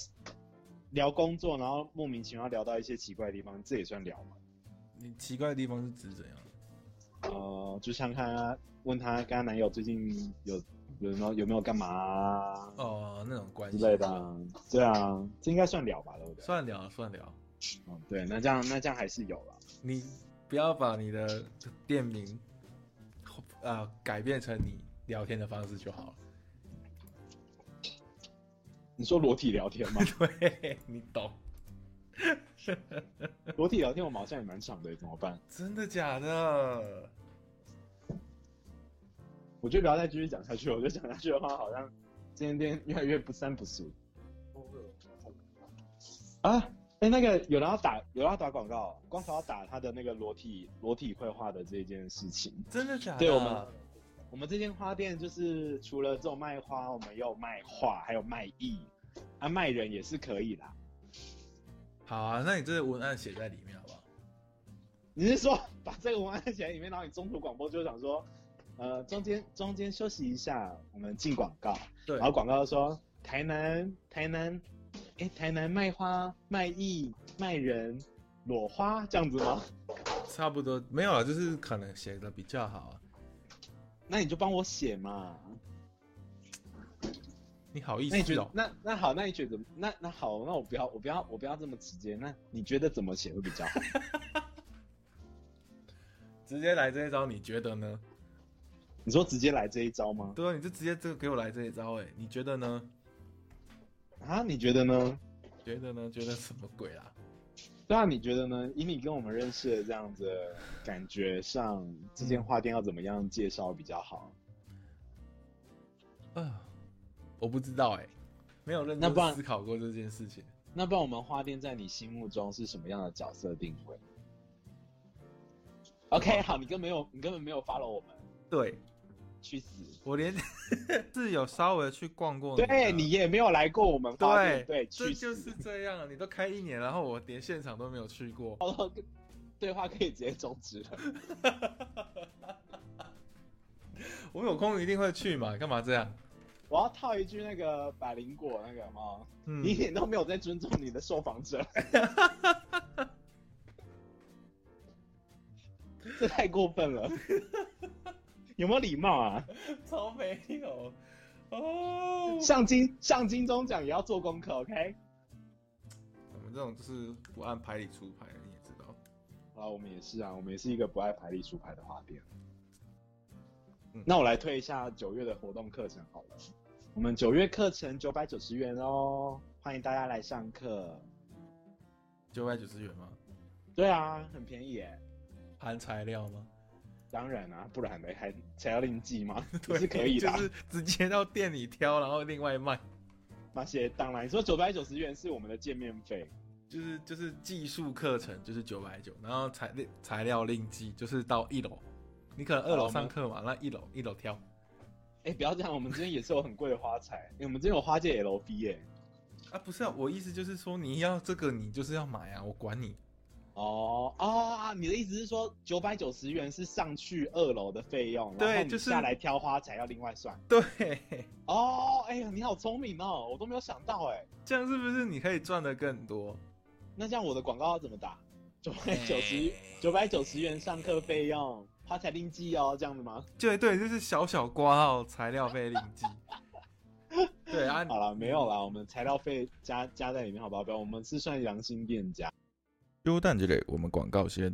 Speaker 1: 聊工作，然后莫名其妙聊到一些奇怪的地方，这也算聊嘛？
Speaker 3: 你奇怪的地方是指怎样？
Speaker 1: 呃，就像她问她跟她男友最近有有没有有没有干嘛啊
Speaker 3: 哦，那种关
Speaker 1: 之
Speaker 3: 系
Speaker 1: 类的啊，对啊，这应该算聊吧，对不对？
Speaker 3: 算聊算聊。
Speaker 1: 嗯，对，那这样那这样还是有了。
Speaker 3: 你不要把你的店名呃改变成你聊天的方式就好了。
Speaker 1: 你说裸体聊天吗？
Speaker 3: 对，你懂。
Speaker 1: 裸体聊天我们好像也蛮长的，怎么办？
Speaker 3: 真的假的？
Speaker 1: 我觉得不要再继续讲下去了，我觉得讲下去的话，好像今天店越来越不三不四。啊，哎、那个有人要打，有人要打广告，哦光头要打他的那个裸体裸体绘画的这件事情。
Speaker 3: 真的假的？
Speaker 1: 对我们我们这间花店就是除了这种卖花，我们也有卖画，还有卖艺，啊，卖人也是可以啦。
Speaker 3: 好啊，那你这个文案写在里面好不好？
Speaker 1: 你是说把这个文案写在里面，然后你中途广播就想说，呃，中间中间休息一下，我们进广告。
Speaker 3: 对
Speaker 1: 然后广告说台南台南，哎、台南卖花卖艺卖人裸花这样子吗？
Speaker 3: 差不多没有啊，就是可能写的比较好啊。
Speaker 1: 那你就帮我写嘛。
Speaker 3: 你好意
Speaker 1: 那你觉
Speaker 3: 思
Speaker 1: 得、
Speaker 3: 哦？
Speaker 1: 那那好，那你觉得那那好，那我不要我不要我不要这么直接。那你觉得怎么写会比较 好？
Speaker 3: 直接来这一招，你觉得呢？
Speaker 1: 你说直接来这一招吗？
Speaker 3: 对啊，你就直接这个给我来这一招，哎，你觉得呢？
Speaker 1: 啊，你觉得呢？
Speaker 3: 觉得呢？觉得什么鬼啦？
Speaker 1: 对啊，你觉得呢？以你跟我们认识的这样子的感觉上，这间花店要怎么样介绍比较好？
Speaker 3: 啊、 我不知道哎、没有认
Speaker 1: 那不
Speaker 3: 真
Speaker 1: 然
Speaker 3: 思考过这件事情。
Speaker 1: 那不然我们花店在你心目中是什么样的角色定位？OK，好，你根本没有，你根本没有 follow 我们，
Speaker 3: 对
Speaker 1: 去死！
Speaker 3: 我连 是有稍微去逛过的，
Speaker 1: 对你也没有来过我们花
Speaker 3: 对
Speaker 1: 店，对，
Speaker 3: 这
Speaker 1: 去
Speaker 3: 就
Speaker 1: 死！
Speaker 3: 是这样，啊你都开一年，然后我连现场都没有去过。
Speaker 1: 对话可以直接终止了。
Speaker 3: 我有空一定会去嘛，干嘛这样？
Speaker 1: 我要套一句那个百灵果那个吗？
Speaker 3: 嗯
Speaker 1: 你一点都没有在尊重你的受访 者， 这太过分 了，有没有礼貌啊？
Speaker 3: 超没有哦。
Speaker 1: 上金上金钟奖也要做功课，OK？
Speaker 3: 我们这种就是不按牌理出牌，你也知道。
Speaker 1: 啊，我们也是啊，我们也是一个不爱排理出牌的花店。
Speaker 3: 嗯
Speaker 1: 那我来推一下九月的活动课程好了，我们九月课程九百九十元哦，欢迎大家来上课。
Speaker 3: 九百九十元吗？
Speaker 1: 对啊，很便宜耶。
Speaker 3: 含材料吗？
Speaker 1: 当然啊，不然呢还才要另计 吗？也是可以的
Speaker 3: 就
Speaker 1: 啊。
Speaker 3: 是直接到店里挑，然后另外卖。
Speaker 1: 那些当然，你说九百九十元是我们的见面费，
Speaker 3: 就是就是技术课程就是九百九，然后材材料另计，就是到一楼，你可能二
Speaker 1: 好
Speaker 3: 楼
Speaker 1: 我们
Speaker 3: 上课嘛，那一楼一楼挑。
Speaker 1: 哎、不要这样，我们这边也是有很贵的花材，哎、我们这边有花界 LV 耶、
Speaker 3: 啊，不是啊，我意思就是说你要这个你就是要买啊，我管你。
Speaker 1: 哦啊，你的意思是说九百九十元是上去二楼的费用，
Speaker 3: 对
Speaker 1: 然后你
Speaker 3: 就是
Speaker 1: 下来挑花材要另外算。
Speaker 3: 对，
Speaker 1: 哦，哎、呀，你好聪明哦，我都没有想到哎、
Speaker 3: 这样是不是你可以赚的更多？
Speaker 1: 那这样我的广告要怎么打？九百九
Speaker 3: 哎
Speaker 1: 十九百九十元上课费用，花材另计哦，这样子吗？
Speaker 3: 对对，就是小小挂号材料费另计。对啊，
Speaker 1: 好了，没有啦，我们材料费加加在里面，好不好？不要，我们是算良心店家。
Speaker 2: 优蛋之类，我们广告先。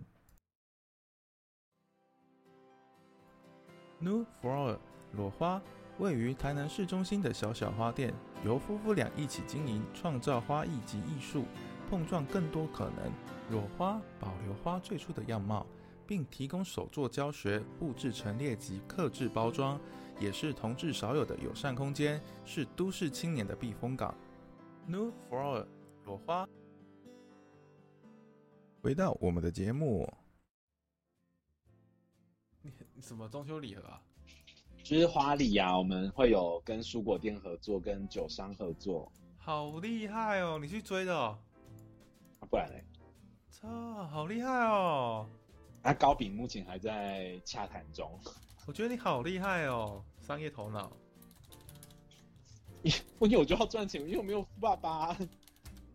Speaker 2: New Flower 裸花位于台南市中心的小小花店，由夫妇俩一起经营，创造花艺及艺术，碰撞更多可能。裸花保留花最初的样貌，并提供手作教学、布置陈列及克制包装，也是同志少有的友善空间，是都市青年的避风港。New Flower 裸花回到我们的节目，
Speaker 3: 什么中秋礼盒啊？
Speaker 1: 就是花礼啊，我们会有跟蔬果店合作，跟酒商合作，
Speaker 3: 好厉害哦！你去追的、哦，
Speaker 1: 啊、不然嘞，
Speaker 3: 操，好厉害哦！
Speaker 1: 那、啊糕饼目前还在洽谈中。
Speaker 3: 我觉得你好厉害哦，商业头脑。
Speaker 1: 因为我就要赚钱，因为我没有富爸爸啊、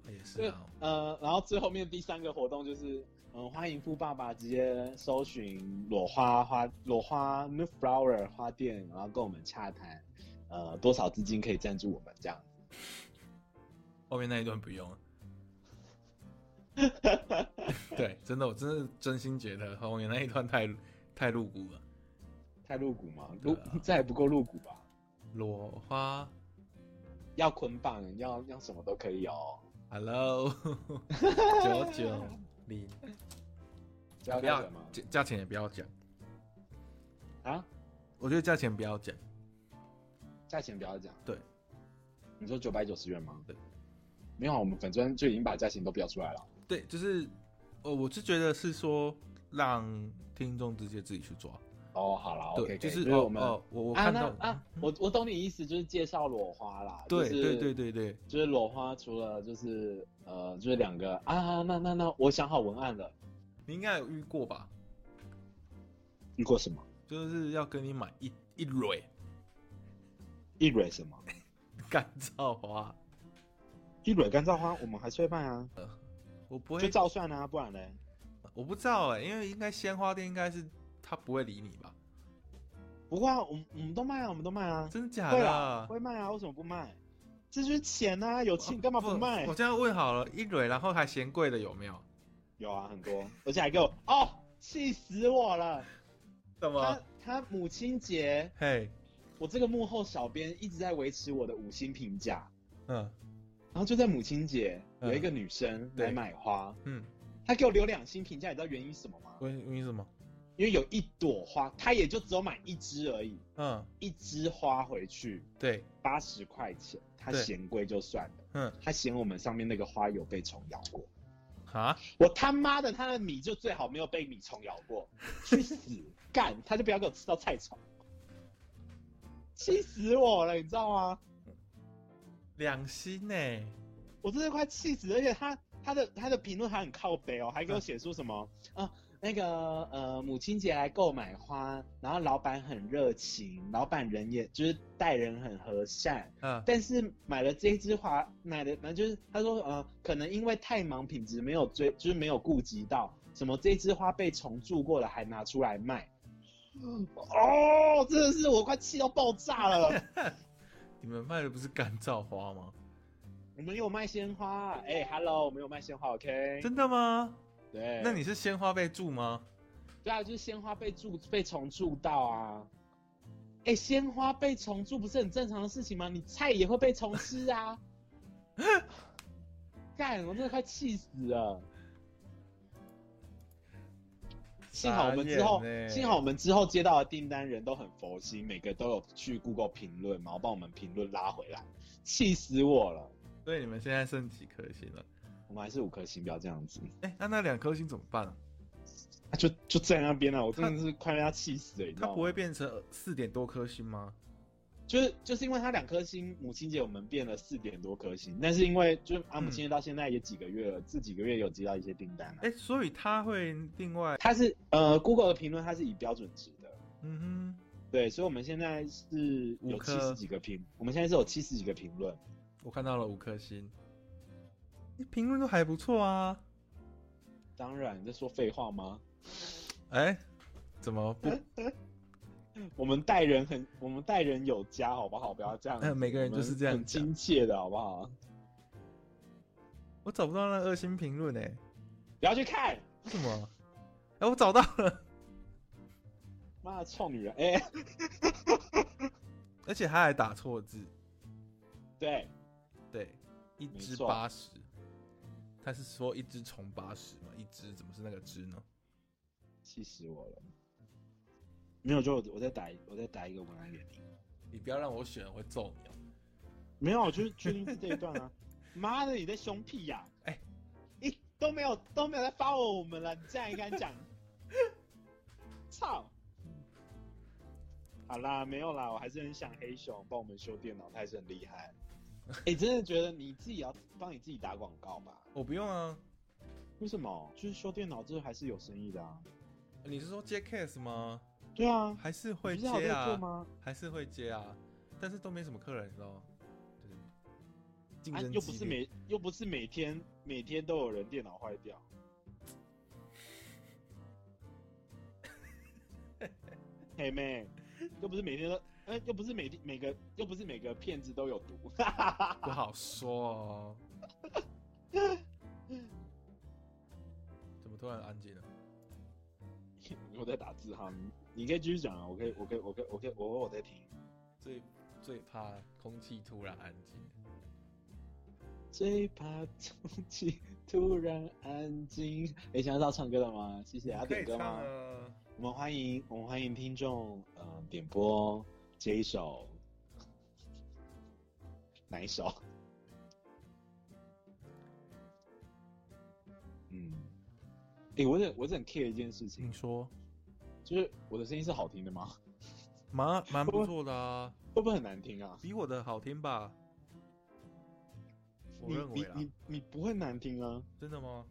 Speaker 3: 哎也是啊
Speaker 1: 对，呃，然后最后面第三个活动就是，嗯，欢迎富爸爸直接搜寻裸花花裸花 New Flower 花店，然后跟我们洽谈，呃，多少资金可以赞助我们这样。
Speaker 3: 后面那一段不用。对，真的，我真的真心觉得后面那一段太太露骨了。
Speaker 1: 太露骨吗？露、
Speaker 3: 对啊
Speaker 1: 这还不够露骨吧？
Speaker 3: 裸花
Speaker 1: 要捆绑，要要什么都可以哦。
Speaker 3: ，Hello，九九零，
Speaker 1: 要
Speaker 3: 不
Speaker 1: 要
Speaker 3: 要
Speaker 1: 什么
Speaker 3: 价价钱也不要讲，
Speaker 1: 啊？
Speaker 3: 我觉得价钱不要讲。
Speaker 1: 价钱不要讲。
Speaker 3: 对，
Speaker 1: 你说九百九十元吗？
Speaker 3: 对，
Speaker 1: 没有啊，我们粉砖就已经把价钱都标出来了。
Speaker 3: 对，就是，呃，我是觉得是说让听众直接自己去抓。
Speaker 1: 哦，好了
Speaker 3: 对
Speaker 1: ，OK，
Speaker 3: 就是
Speaker 1: 我
Speaker 3: 哦
Speaker 1: 们
Speaker 3: 哦，我我
Speaker 1: 啊
Speaker 3: 看
Speaker 1: 那
Speaker 3: 到嗯
Speaker 1: 啊，我我懂你意思，就是介绍裸花啦。
Speaker 3: 对
Speaker 1: 就是
Speaker 3: 对对，对对，
Speaker 1: 就是裸花，除了就是呃，就是两个啊，那那那，我想好文案了。
Speaker 3: 你应该有遇过吧？
Speaker 1: 遇过什么？
Speaker 3: 就是要跟你买一一蕊
Speaker 1: 一蕊什么？
Speaker 3: 干燥花，
Speaker 1: 一蕊干燥花，我们还是会卖啊，
Speaker 3: 我不会
Speaker 1: 就照算啊，不然嘞，
Speaker 3: 我不知道哎、因为应该鲜花店应该是他不会理你吧？
Speaker 1: 不过啊，我们我们都卖啊，我们都卖啊，
Speaker 3: 真假
Speaker 1: 会
Speaker 3: 的
Speaker 1: 啦
Speaker 3: 啊？，
Speaker 1: 会卖啊，为什么不卖？这就是钱啊，有钱干嘛不卖？
Speaker 3: 哦我这样问好了，一蕊然后还嫌贵的有没有？
Speaker 1: 有啊，很多，而且还给我哦，气死我了！
Speaker 3: 什
Speaker 1: 他
Speaker 3: 么？
Speaker 1: 他母亲节，
Speaker 3: 嘿，
Speaker 1: 我这个幕后小编一直在维持我的五星评价，
Speaker 3: 嗯，
Speaker 1: 然后就在母亲节，
Speaker 3: 嗯
Speaker 1: 有一个女生
Speaker 3: 对
Speaker 1: 来买花，
Speaker 3: 嗯，
Speaker 1: 她给我留两星评价，你知道原因是什么吗？
Speaker 3: 为为什么？
Speaker 1: 因为有一朵花，她也就只有买一支而已，
Speaker 3: 嗯，
Speaker 1: 一枝花回去
Speaker 3: 对，
Speaker 1: 八十块钱，她
Speaker 3: 对
Speaker 1: 嫌贵就算了，
Speaker 3: 嗯，
Speaker 1: 她嫌我们上面那个花有被虫咬过，
Speaker 3: 哈，
Speaker 1: 我他妈的，她的米就最好没有被米虫咬过，去死干，她就不要给我吃到菜虫，气死我了，你知道吗？
Speaker 3: 两星欸呢？
Speaker 1: 我真的快气死！而且他他的他的评论还很靠北哦，
Speaker 3: 嗯
Speaker 1: 还给我写出什么啊、那个呃母亲节来购买花，然后老板很热情，老板人也就是待人很和善，
Speaker 3: 嗯，
Speaker 1: 但是买了这一枝花，买的那就是他说呃可能因为太忙，品质没有追，就是没有顾及到什么这枝花被虫蛀过了还拿出来卖，
Speaker 3: 嗯
Speaker 1: 哦，真的是我快气到爆炸 了。
Speaker 3: 你们卖的不是干燥花吗？
Speaker 1: 我们有卖鲜花，哎、h e l l o 我们有卖鲜花，OK？
Speaker 3: 真的吗？
Speaker 1: 对，
Speaker 3: 那你是鲜花被蛀吗？
Speaker 1: 对啊，就是鲜花被蛀被虫蛀到啊。哎、鲜花被虫蛀不是很正常的事情吗？你菜也会被虫吃啊！ 干，我真的快气死了。幸好我们之后
Speaker 3: 傻眼欸，
Speaker 1: 幸好我们之后接到的订单人都很佛心，每个都有去 Google 评论嘛，然后帮我们评论拉回来，气死我了。
Speaker 3: 所以你们现在剩几颗星了？
Speaker 1: 我们还是五颗星，不要这样子。
Speaker 3: 哎、那那两颗星怎么办、啊？
Speaker 1: 啊、就就在那边啊了，我真的是快被他气死了，你知
Speaker 3: 它
Speaker 1: 道吗？
Speaker 3: 不会变成四点多颗星吗？
Speaker 1: 就是就是因为它两颗星，母亲节我们变了四点多颗星，但是因为就是啊，
Speaker 3: 嗯
Speaker 1: 母亲节到现在也几个月了，这几个月有接到一些订单了、
Speaker 3: 哎、所以它会另外，
Speaker 1: 它是呃，Google 的评论它是以标准值的，
Speaker 3: 嗯
Speaker 1: 对，所以我们现在是
Speaker 3: 五
Speaker 1: 有
Speaker 3: 颗
Speaker 1: 七十几个评，我们现在是有七十几个评论，
Speaker 3: 哼，我看到了五颗星，诶评论都还不错啊。
Speaker 1: 当然你在说废话吗？
Speaker 3: 哎、怎么不？
Speaker 1: 嗯我们待人很，我们待人有加，好不好？不要这样子，
Speaker 3: 嗯每个人就是这样
Speaker 1: 我们很
Speaker 3: 讲
Speaker 1: 亲切的好不好？
Speaker 3: 我找不到那二星评论哎，
Speaker 1: 不要去看，
Speaker 3: 为什么？哎、我找到了，
Speaker 1: 妈的臭女人，哎、
Speaker 3: 而且他还打错字，
Speaker 1: 对，
Speaker 3: 对，一只
Speaker 1: 没错
Speaker 3: 八十，他是说一只虫八十嘛，一只怎么是那个只呢？
Speaker 1: 气死我了。没有，就我我再打一我再打一个文案给你。
Speaker 3: 你不要让我选，我会揍你哦、
Speaker 1: 没有，我就是确定是这一 段啊。妈的，你在凶屁呀、
Speaker 3: 哎
Speaker 1: 你都没有都没有在发我我们了，你竟然敢 讲？操！好啦，没有啦，我还是很想黑熊帮我们修电脑，他还是很厉 害。哎、真的觉得你自己要帮你自己打广告吧？
Speaker 3: 我不用啊，
Speaker 1: 为什么？就是修电脑，这还是有生意的啊。
Speaker 3: 你是说接 case 吗？
Speaker 1: 对啊，
Speaker 3: 还是会
Speaker 1: 你不是还有
Speaker 3: 接
Speaker 1: 在做
Speaker 3: 啊，
Speaker 1: 吗？
Speaker 3: 还是会接啊，但是都没什么客人，你知道吗？就是竞
Speaker 1: 啊
Speaker 3: 争、激
Speaker 1: 又不是
Speaker 3: 烈
Speaker 1: 每又不是每天每天都有人电脑坏 掉。嘿妹，又不是每天都，呃，又不是每天每个又不是每个骗子都有毒。
Speaker 3: 不好说哦。 怎么突然安静了？
Speaker 1: 我在打字哈，你你可以继续讲啊，我可以，我可以，我可以，我可以，我我在听。
Speaker 3: 最最怕空气突然安静。
Speaker 1: 最怕空气突然安静。哎、想要到唱歌了吗？谢谢啊，点歌吗？
Speaker 3: 啊。
Speaker 1: 我们欢迎，我们欢迎听众，嗯、点播这一首，哪一首？嗯，哎、我是我是很 care 一件事情
Speaker 3: 你，说
Speaker 1: 就是我的声音是好听的吗？
Speaker 3: 蛮蛮不错的啊，
Speaker 1: 会不会很难听啊？
Speaker 3: 比我的好听吧？我
Speaker 1: 你
Speaker 3: 认为
Speaker 1: 你
Speaker 3: 啊，
Speaker 1: 你你不会难听啊，
Speaker 3: 真的吗？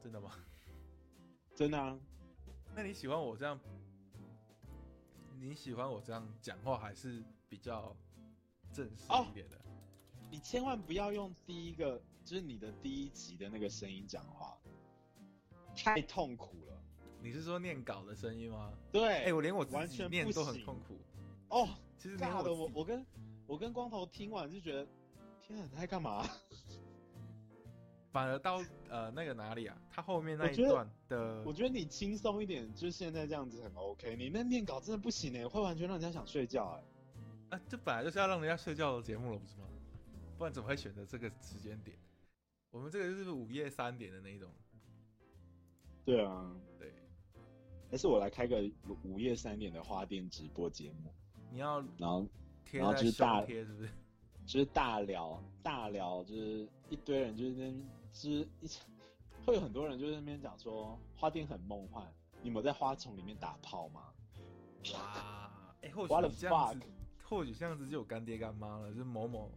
Speaker 3: 真的吗？
Speaker 1: 真的啊。
Speaker 3: 那你喜欢我这样？你喜欢我这样讲话，还是比较正式
Speaker 1: 哦
Speaker 3: 一点的？
Speaker 1: 你千万不要用第一个，就是你的第一集的那个声音讲话，太痛苦了。
Speaker 3: 你是说念稿的声音吗？
Speaker 1: 对，
Speaker 3: 哎、我连我自
Speaker 1: 完
Speaker 3: 己
Speaker 1: 全
Speaker 3: 念
Speaker 1: 不
Speaker 3: 都很
Speaker 1: 行
Speaker 3: 痛苦。
Speaker 1: 哦，
Speaker 3: 其实连
Speaker 1: 尬的，
Speaker 3: 我
Speaker 1: 我我
Speaker 3: 自己
Speaker 1: 跟我跟光头听完就觉得，天啊，他在干嘛、
Speaker 3: 反而到呃那个哪里啊，他后面那
Speaker 1: 我
Speaker 3: 一
Speaker 1: 觉得
Speaker 3: 段的
Speaker 1: 我觉得你轻松一点，就现在这样子很 OK。你那念稿欸真的不行哎、会完全让人家想睡觉哎、
Speaker 3: 啊，这本来就是要让人家睡觉的节目了，不是吗？不然怎么会选择这个时间点？我们这个就是午夜三点的那一种，
Speaker 1: 对啊，
Speaker 3: 对，
Speaker 1: 还是我来开个午夜三点的花店直播节目，
Speaker 3: 你要
Speaker 1: 然后
Speaker 3: 贴
Speaker 1: 然后
Speaker 3: 在
Speaker 1: 就是大
Speaker 3: 胸贴是不是？
Speaker 1: 就是大聊大聊，就是一堆人就是那边就是一起，会有很多人就是在那边讲说花店很梦幻，你们在花丛里面打炮吗？
Speaker 3: 哇，哎、或
Speaker 1: What
Speaker 3: 许
Speaker 1: the
Speaker 3: 这样子，或许这样子就有干爹干妈了，就是某某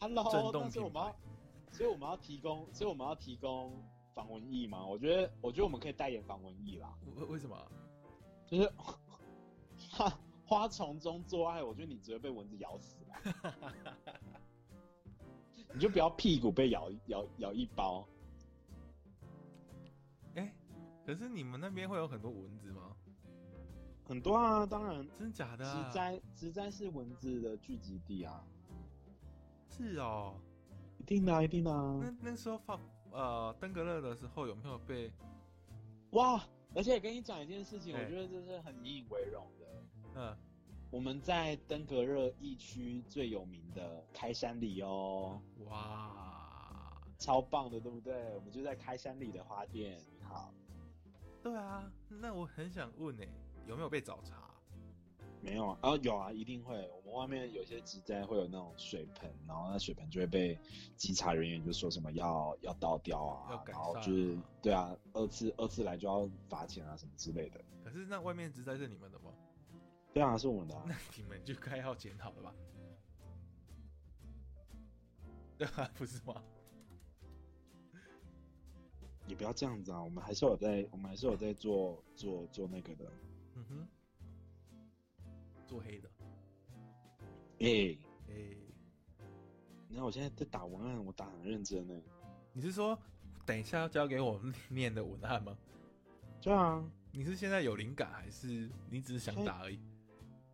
Speaker 1: Hello，
Speaker 3: 震
Speaker 1: 但
Speaker 3: 动
Speaker 1: 是我
Speaker 3: 品
Speaker 1: 们要
Speaker 3: 牌，，
Speaker 1: 所以我们要提供，所以我们要提供防蚊液吗？我觉得，我觉得我们可以代言防蚊液啦，
Speaker 3: 为为什么啊？
Speaker 1: 就是 花花丛中做爱，我觉得你只会被蚊子咬死啦。 你就不要屁股被咬咬咬一包，
Speaker 3: 哎、可是你们那边会有很多蚊子吗？
Speaker 1: 很多啊，当然，
Speaker 3: 真假的、啊？
Speaker 1: 植栽植栽是蚊子的聚集地啊，
Speaker 3: 是哦。
Speaker 1: 一定的、啊，一定的、啊。
Speaker 3: 那那时候放呃登革热的时候有没有被？
Speaker 1: 哇，而且跟你讲一件事情，
Speaker 3: 哎
Speaker 1: 我觉得这是很引以为荣的。
Speaker 3: 嗯，
Speaker 1: 我们在登革热疫区最有名的开山里哦，
Speaker 3: 哇，
Speaker 1: 超棒的，对不对？我们就在开山里的花店。你好，
Speaker 3: 对啊，那我很想问哎、有没有被找茬？
Speaker 1: 没有啊？啊，有啊，一定会。我们外面有些植栽会有那种水盆，然后那水盆就会被稽查人员就说什么要要倒掉
Speaker 3: 要
Speaker 1: 啊，
Speaker 3: 改
Speaker 1: 然
Speaker 3: 善啊
Speaker 1: 后就是对啊，二次二次来就要罚钱啊什么之类的。
Speaker 3: 可是那外面植栽是你们的吗？
Speaker 1: 对啊，是我们的、啊
Speaker 3: 那。你们就该要检讨了吧？对啊， 不是吗？
Speaker 1: 也不要这样子啊，我们还是有在，我们还是有在做做做那个的。
Speaker 3: 嗯哼，做黑的，
Speaker 1: 哎、
Speaker 3: 哎、
Speaker 1: 你看我现在在打文案，我打得很认真呢、
Speaker 3: 你是说等一下要交给我们念的文案吗？
Speaker 1: 对啊，
Speaker 3: 你是现在有灵感，还是你只是想打而已？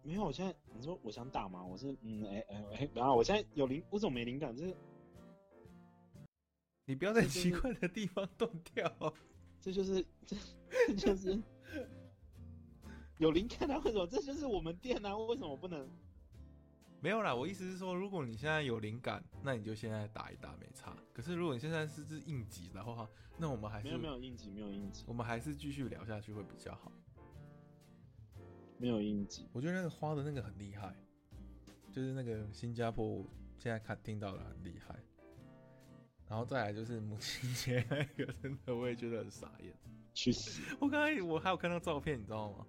Speaker 1: 没有，我现在你说我想打吗？我是嗯哎哎哎，然后我现在有灵，我怎么没灵感？这
Speaker 3: 你不要在奇怪的地方动掉、哦
Speaker 1: 这就是 这这就是有灵感啊？为什么？这就是我们店啊？为什么不能？
Speaker 3: 没有啦，我意思是说，如果你现在有灵感，那你就现在打一打没差。可是如果你现在是是应急的话，那我们还是
Speaker 1: 没有没有应急，没有应急，
Speaker 3: 我们还是继续聊下去会比较好。
Speaker 1: 没有应急。
Speaker 3: 我觉得那个花的那个很厉害，就是那个新加坡我现在看听到的很厉害。然后再来就是母亲节那个，真的我也觉得很傻眼。
Speaker 1: 去死！
Speaker 3: 我刚才我还有看到照片，你知道吗？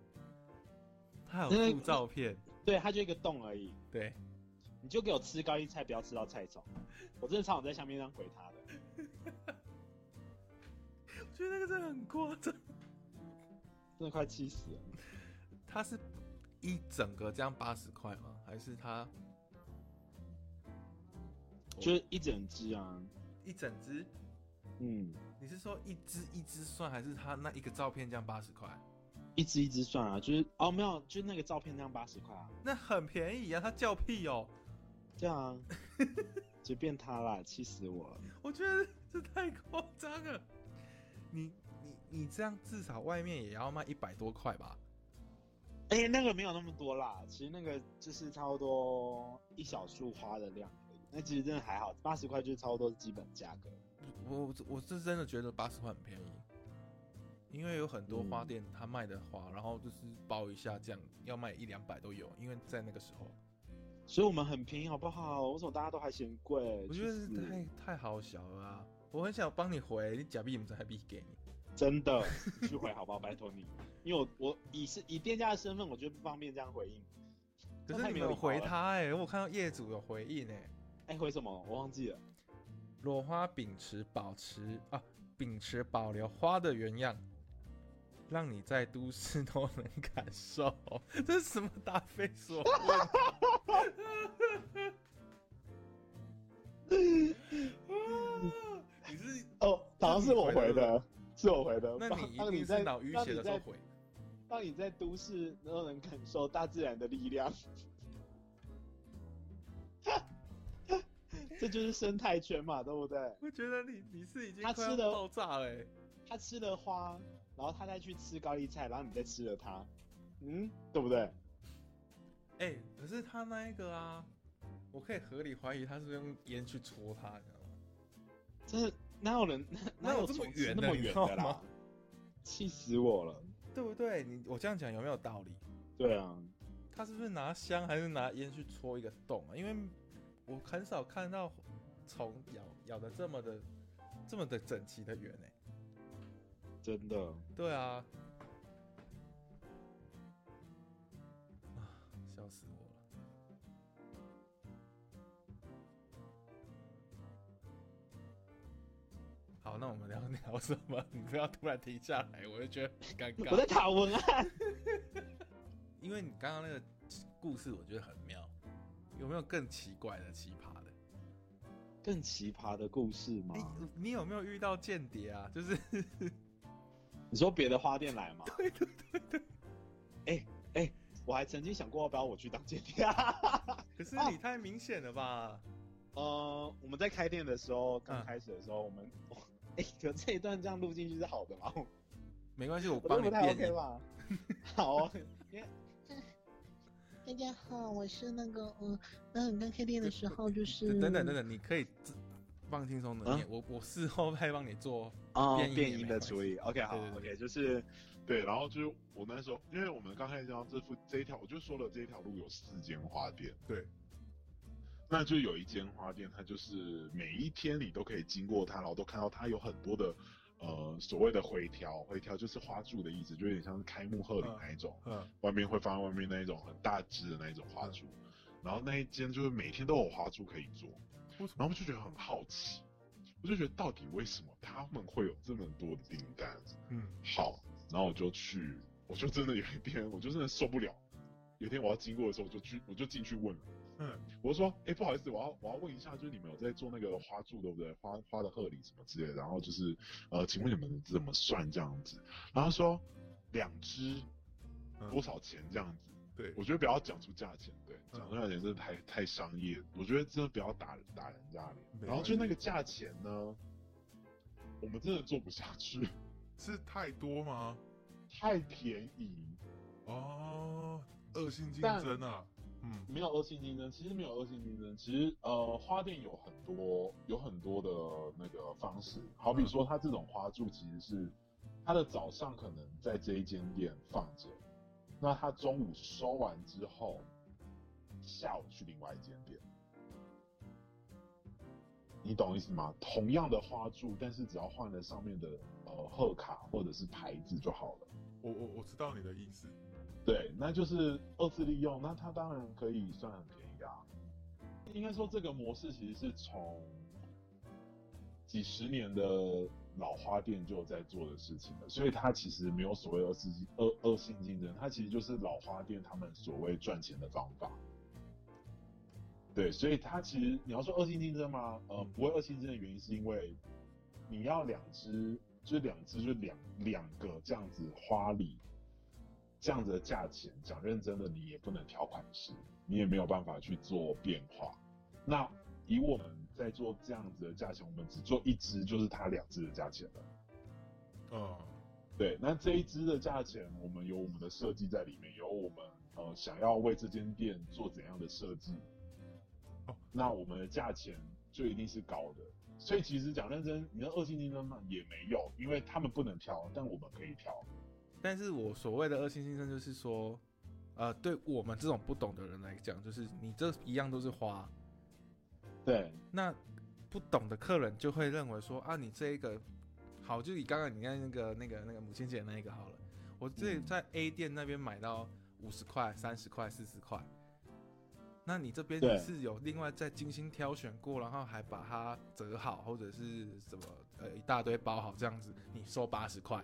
Speaker 3: 他有
Speaker 1: 那
Speaker 3: 附照片，
Speaker 1: 对，它就一个洞而已，
Speaker 3: 对，
Speaker 1: 你就给我吃高丽菜，不要吃到菜虫。我真的超想在下面这样回他的。
Speaker 3: 我觉得那个真的很夸张。
Speaker 1: 真的快气死了！
Speaker 3: 它是一整个这样八十块吗？还是它
Speaker 1: 就是一整只啊，
Speaker 3: 一整只？
Speaker 1: 嗯，
Speaker 3: 你是说一只一只算，还是它那一个照片这样八十块？
Speaker 1: 一只一只算啊，就是哦没有，就是那个照片那样八十块啊，
Speaker 3: 那很便宜啊！它叫屁哦！
Speaker 1: 对 啊，随便他啦，气死我了！
Speaker 3: 我觉得这太夸张了。你你你这样至少外面也要卖一百多块吧？
Speaker 1: 哎、那个没有那么多啦，其实那个就是差不多一小束花的量而已，那其实真的还好，八十块就是差不多是基本价格。
Speaker 3: 我我我是真的觉得八十块很便宜，因为有很多
Speaker 1: 嗯
Speaker 3: 花店它卖的花，然后就是包一下这样要卖一两百都有，因为在那个时候，
Speaker 1: 所以我们很便宜，好不好？为什么大家都还嫌贵？
Speaker 3: 我觉得
Speaker 1: 去死
Speaker 3: 太太好小了啊！我很想帮你回，你假币我们才币给你。
Speaker 1: 真的，你去回好不好？拜托你，因为我我以是以店家的身份，我觉得不方便这样回应。
Speaker 3: 可
Speaker 1: 那
Speaker 3: 是
Speaker 1: 太
Speaker 3: 你
Speaker 1: 没
Speaker 3: 没
Speaker 1: 有啊
Speaker 3: 有
Speaker 1: 礼貌
Speaker 3: 回
Speaker 1: 了，
Speaker 3: 他哎、我看到业主有回应哎、
Speaker 1: 哎、回什么？我忘记了。
Speaker 3: 裸花秉持保持啊，秉持保留花的原样，让你在都市都能感受。 这是什么答非所问？ 你是
Speaker 1: 哦，好像是我回的，是我回的。
Speaker 3: 那
Speaker 1: 当
Speaker 3: 你一
Speaker 1: 当
Speaker 3: 定
Speaker 1: 在
Speaker 3: 是脑淤血的时
Speaker 1: 当
Speaker 3: 候
Speaker 1: 你在
Speaker 3: 回。
Speaker 1: 当你在都市都能感受大自然的力量， 这就是生态圈嘛，对不对？
Speaker 3: 我觉得你你是已经
Speaker 1: 他
Speaker 3: 快要
Speaker 1: 吃的
Speaker 3: 爆炸了欸、
Speaker 1: 他吃了花，然后他再去吃高丽菜，然后你再吃了它，嗯，对不对？
Speaker 3: 欸哎、可是他那一个啊，我可以合理怀疑他是不是用烟去戳他，你知道吗？
Speaker 1: 这哪有人哪
Speaker 3: 哪有
Speaker 1: 有
Speaker 3: 这么
Speaker 1: 虫子
Speaker 3: 远的
Speaker 1: 那么
Speaker 3: 你知
Speaker 1: 远
Speaker 3: 道
Speaker 1: 的啦
Speaker 3: 吗？
Speaker 1: 气死我了！
Speaker 3: 对不对？你我这样讲有没有道理？
Speaker 1: 对啊，
Speaker 3: 他是不是拿香还是拿烟去戳一个洞啊？因为我很少看到虫咬咬的这么的这么的整齐的圆诶、
Speaker 1: 真的，
Speaker 3: 对啊，啊，笑死我了。好，那我们聊 聊什么？你不要突然停下来，我就觉得很尴
Speaker 1: 我在啊
Speaker 3: 尬。
Speaker 1: 打文案。
Speaker 3: 因为你刚刚那个故事，我觉得很妙。有没有更奇怪的、奇葩的？
Speaker 1: 更奇葩的故事吗
Speaker 3: 你、？你有没有遇到间谍 啊？就是
Speaker 1: 你说别的花店来吗？对对对对。哎、哎、我还曾经想过要不要我去当间谍啊。
Speaker 3: 可是你太明显了吧？
Speaker 1: 呃，我们在开店的时候，刚开始的时候，我们， 哎、可这一段这样录进去是好的吗？我
Speaker 3: 没关系，我
Speaker 1: 我觉
Speaker 3: 帮
Speaker 1: 得
Speaker 3: 你
Speaker 1: 不太 OK
Speaker 3: 变音。
Speaker 1: 吧？ 好、哦， 因为
Speaker 4: 大家好，我是那个嗯，那你刚开店的时候就是
Speaker 3: 等等等等，你可以自放轻松的
Speaker 1: 啊
Speaker 3: 念，我我事后再帮你做。
Speaker 1: 哦
Speaker 3: 变音也
Speaker 1: 变
Speaker 3: 没
Speaker 1: 音
Speaker 3: 关
Speaker 1: 的
Speaker 3: 系
Speaker 1: 处理，OK，好
Speaker 3: 对对对
Speaker 1: ，OK，就是
Speaker 5: 对，然后就是我那时候，因为我们刚开始讲这附这一条，我就说了这一条路有四间花店，
Speaker 3: 对，
Speaker 5: 那就有一间花店，它就是每一天你都可以经过它，然后都看到它有很多的呃所谓的回条，回条就是花柱的意思，就有点像是开幕贺礼那一种，
Speaker 3: 嗯，
Speaker 5: 外面会放在外面那一种很大只的那一种花柱，然后那一间就是每天都有花柱可以做，
Speaker 3: 为什
Speaker 5: 然后我就觉得很好奇，我就觉得到底为什么他们会有这么多的订单？
Speaker 3: 嗯，
Speaker 5: 好，然后我就去，我就真的有一天，我就真的受不了。有一天我要经过的时候，我就去，我就进去问了。
Speaker 3: 嗯，
Speaker 5: 我就说，哎、不好意思，我要我要问一下，就是你们有在做那个花柱对不对？花花的贺礼什么之类的，然后就是，呃，请问你们怎么算这样子？然后他说两只
Speaker 3: 嗯
Speaker 5: 多少钱这样子？
Speaker 3: 对
Speaker 5: 我觉得不要讲出价钱，对，
Speaker 3: 嗯
Speaker 5: 讲出价钱真的太太商业，我觉得真的不要打打人家
Speaker 3: 没
Speaker 5: 脸。然后就那个价钱呢，我们真的做不下去，
Speaker 6: 是太多吗？
Speaker 5: 太便宜。
Speaker 6: 哦，恶性竞
Speaker 1: 但
Speaker 6: 争啊，嗯，
Speaker 5: 没有恶性竞争，其实没有恶性竞争，其实呃，花店有很多有很多的那个方式，好比说它这种花柱其实
Speaker 6: 嗯
Speaker 5: 是它的早上可能在这一间店放着，那它中午收完之后，下午去另外一间店，你懂意思吗？同样的花柱，但是只要换了上面的呃贺卡或者是牌子就好了。
Speaker 6: 我我我知道你的意思，
Speaker 5: 对，那就是二次利用，那它当然可以算很便宜啊。应该说这个模式其实是从几十年的老花店就在做的事情了，所以它其实没有所谓恶性竞恶恶性竞争，它其实就是老花店他们所谓赚钱的方法。对，所以它其实你要说恶性竞争吗？呃，不会恶性竞争的原因是因为你要两只，就是两只就两两个这样子花礼，这样子的价钱，讲认真的，你也不能调款式，你也没有办法去做变化。那以我们在做这样子的价钱，我们只做一只，就是它两只的价钱了。
Speaker 6: 嗯，
Speaker 5: 对，那这一支的价钱，我们有我们的设计在里面，有我们呃想要为这间店做怎样的设计。
Speaker 6: 哦
Speaker 5: 那我们的价钱就一定是高的。所以其实讲认真，你的恶性竞争嘛也没有，因为他们不能挑，但我们可以挑。
Speaker 3: 但是我所谓的恶性竞争，就是说，呃，对我们这种不懂的人来讲，就是你这一样都是花，
Speaker 1: 对，
Speaker 3: 那不懂的客人就会认为说啊，你这一个好，就以刚刚你看那个那个那个母亲节那一个好了，我这里
Speaker 5: 嗯
Speaker 3: 在 A 店那边买到五十块、三十块、四十块，那你这边
Speaker 1: 对
Speaker 3: 是有另外再精心挑选过，然后还把它折好或者是什么呃一大堆包好这样子，你收八十块，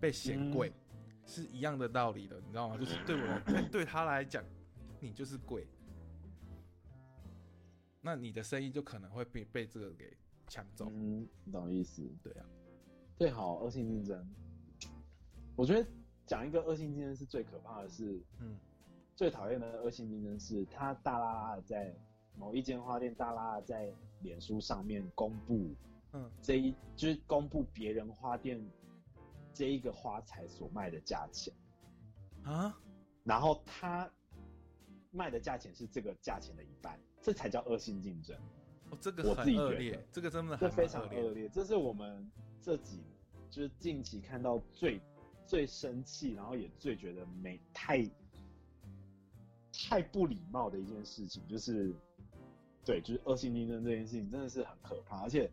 Speaker 3: 被嫌贵、是一样的道理的，你知道吗？就是对我来对他来讲，你就是贵。那你的生意就可能会被被这个给抢走。
Speaker 1: 嗯，懂意思。
Speaker 3: 对啊，
Speaker 1: 最好恶性竞争，我觉得讲一个恶性竞争是最可怕的是，
Speaker 3: 嗯，
Speaker 1: 最讨厌的恶性竞争是他大拉拉地在某一间花店大拉拉地在脸书上面公布
Speaker 3: 嗯
Speaker 1: 这一就是公布别人花店这一个花材所卖的价钱，
Speaker 3: 啊，
Speaker 1: 然后他卖的价钱是这个价钱的一半，这才叫恶性竞争，
Speaker 3: 哦，这个
Speaker 1: 我自
Speaker 3: 很
Speaker 1: 己
Speaker 3: 恶
Speaker 1: 觉
Speaker 3: 劣
Speaker 1: 得，
Speaker 3: 这个真的
Speaker 1: 这
Speaker 3: 很
Speaker 1: 非常恶
Speaker 3: 劣。
Speaker 1: 劣。这是我们这几就是近期看到最最生气，然后也最觉得没太太不礼貌的一件事情，就是对，就是恶性竞争这件事情真的是很可怕，而且。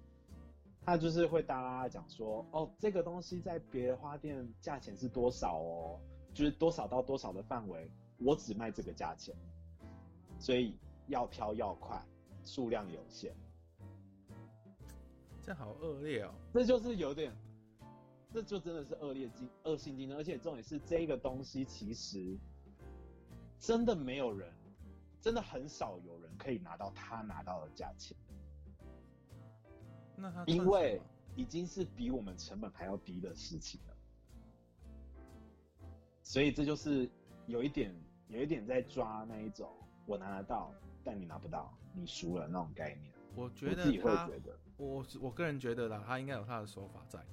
Speaker 1: 他就是会大拉拉讲说，哦，这个东西在别的花店价钱是多少哦，就是多少到多少的范围，我只卖这个价钱，所以要挑要快，数量有限。
Speaker 3: 这样好恶劣哦。
Speaker 1: 这就是有点，这就真的是恶劣竞恶性竞争，而且重点是这个东西其实真的没有人，真的很少有人可以拿到他拿到的价钱，
Speaker 3: 那他
Speaker 1: 因
Speaker 3: 算什
Speaker 1: 为
Speaker 3: 么
Speaker 1: 已经是比我们成本还要低的事情了，所以这就是有一点有一点在抓那一种我拿得到，但你拿不到，你输了那种概念，
Speaker 3: 我
Speaker 1: 我
Speaker 3: 觉
Speaker 1: 自
Speaker 3: 得
Speaker 1: 己会
Speaker 3: 他
Speaker 1: 觉，得。
Speaker 3: 我我个人觉得啦，他应该有他的手法在。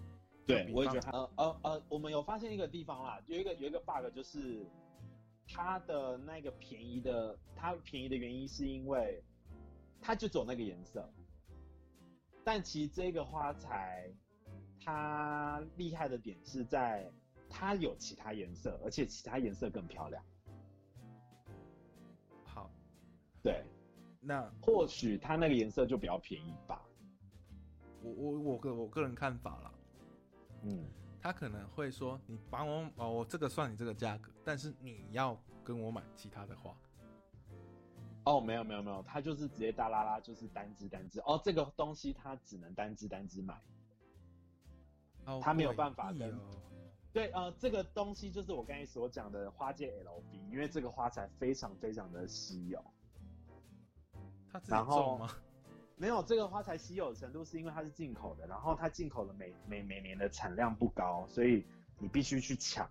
Speaker 1: 对
Speaker 3: 比，
Speaker 1: 我也
Speaker 3: 方
Speaker 1: 觉得他呃呃呃，我们有发现一个地方啦，有一个有一个 bug 就是它的那个便宜的，它便宜的原因是因为它就走那个颜色，但其实这个花材它厉害的点是在它有其他颜色，而且其他颜色更漂亮。
Speaker 3: 好，
Speaker 1: 对，
Speaker 3: 那
Speaker 1: 或许它那个颜色就比较便宜吧。
Speaker 3: 我我我个我个人看法啦，
Speaker 1: 嗯，
Speaker 3: 他可能会说，你帮我哦，我这个算你这个价格，但是你要跟我买其他的花。
Speaker 1: 哦，没有没有没有，它就是直接大拉拉，就是单只单只。哦，这个东西它只能单只单只买。
Speaker 3: 好
Speaker 1: 他没有
Speaker 3: 诡
Speaker 1: 办法
Speaker 3: 异
Speaker 1: 跟
Speaker 3: 哦
Speaker 1: 对，呃，这个东西就是我刚才所讲的花界 LB，因为这个花材非常非常的稀有。
Speaker 3: 他自己
Speaker 1: 然后
Speaker 3: 种吗？
Speaker 1: 没有这个花材稀有的程度，是因为它是进口的，然后它进口的每每每年的产量不高，所以你必须去抢。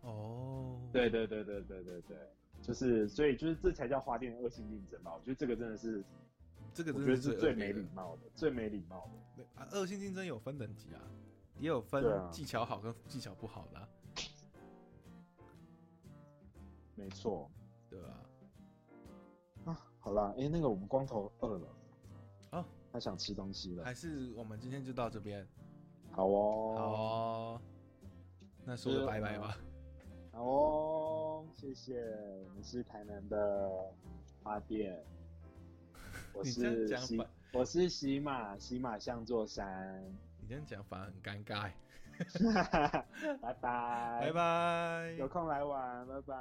Speaker 3: 哦，
Speaker 1: 对对对对对对对，就是所以就是这才叫花店的恶性竞争吧。我觉得这个真的是，
Speaker 3: 这个
Speaker 1: 我
Speaker 3: 真
Speaker 1: 觉
Speaker 3: 的
Speaker 1: 得是
Speaker 3: 恶
Speaker 1: 最
Speaker 3: 劣
Speaker 1: 没
Speaker 3: 的
Speaker 1: 礼貌的，最没礼貌的。
Speaker 3: 没啊，恶性竞争有分等级啊，也有分
Speaker 1: 对啊
Speaker 3: 技巧好跟技巧不好的啊、
Speaker 1: 没错
Speaker 3: 对吧、
Speaker 1: 啊，好啦，哎，那个我们光头饿了，
Speaker 3: 好，
Speaker 1: 他想吃东西了
Speaker 3: 哦还，是我们今天就到这边，
Speaker 1: 好啊哦，啊
Speaker 3: 好哦、那说
Speaker 1: 是
Speaker 3: 个拜拜吧。
Speaker 1: 好哦，谢谢，我们是台南的花店，我
Speaker 3: 你这样
Speaker 1: 是
Speaker 3: 讲
Speaker 1: 喜
Speaker 3: 反，
Speaker 1: 我是喜马，喜马向座山，
Speaker 3: 你这样讲反而很尴尬欸，
Speaker 1: 拜拜，
Speaker 3: 拜，拜。
Speaker 1: 有空来玩，拜拜。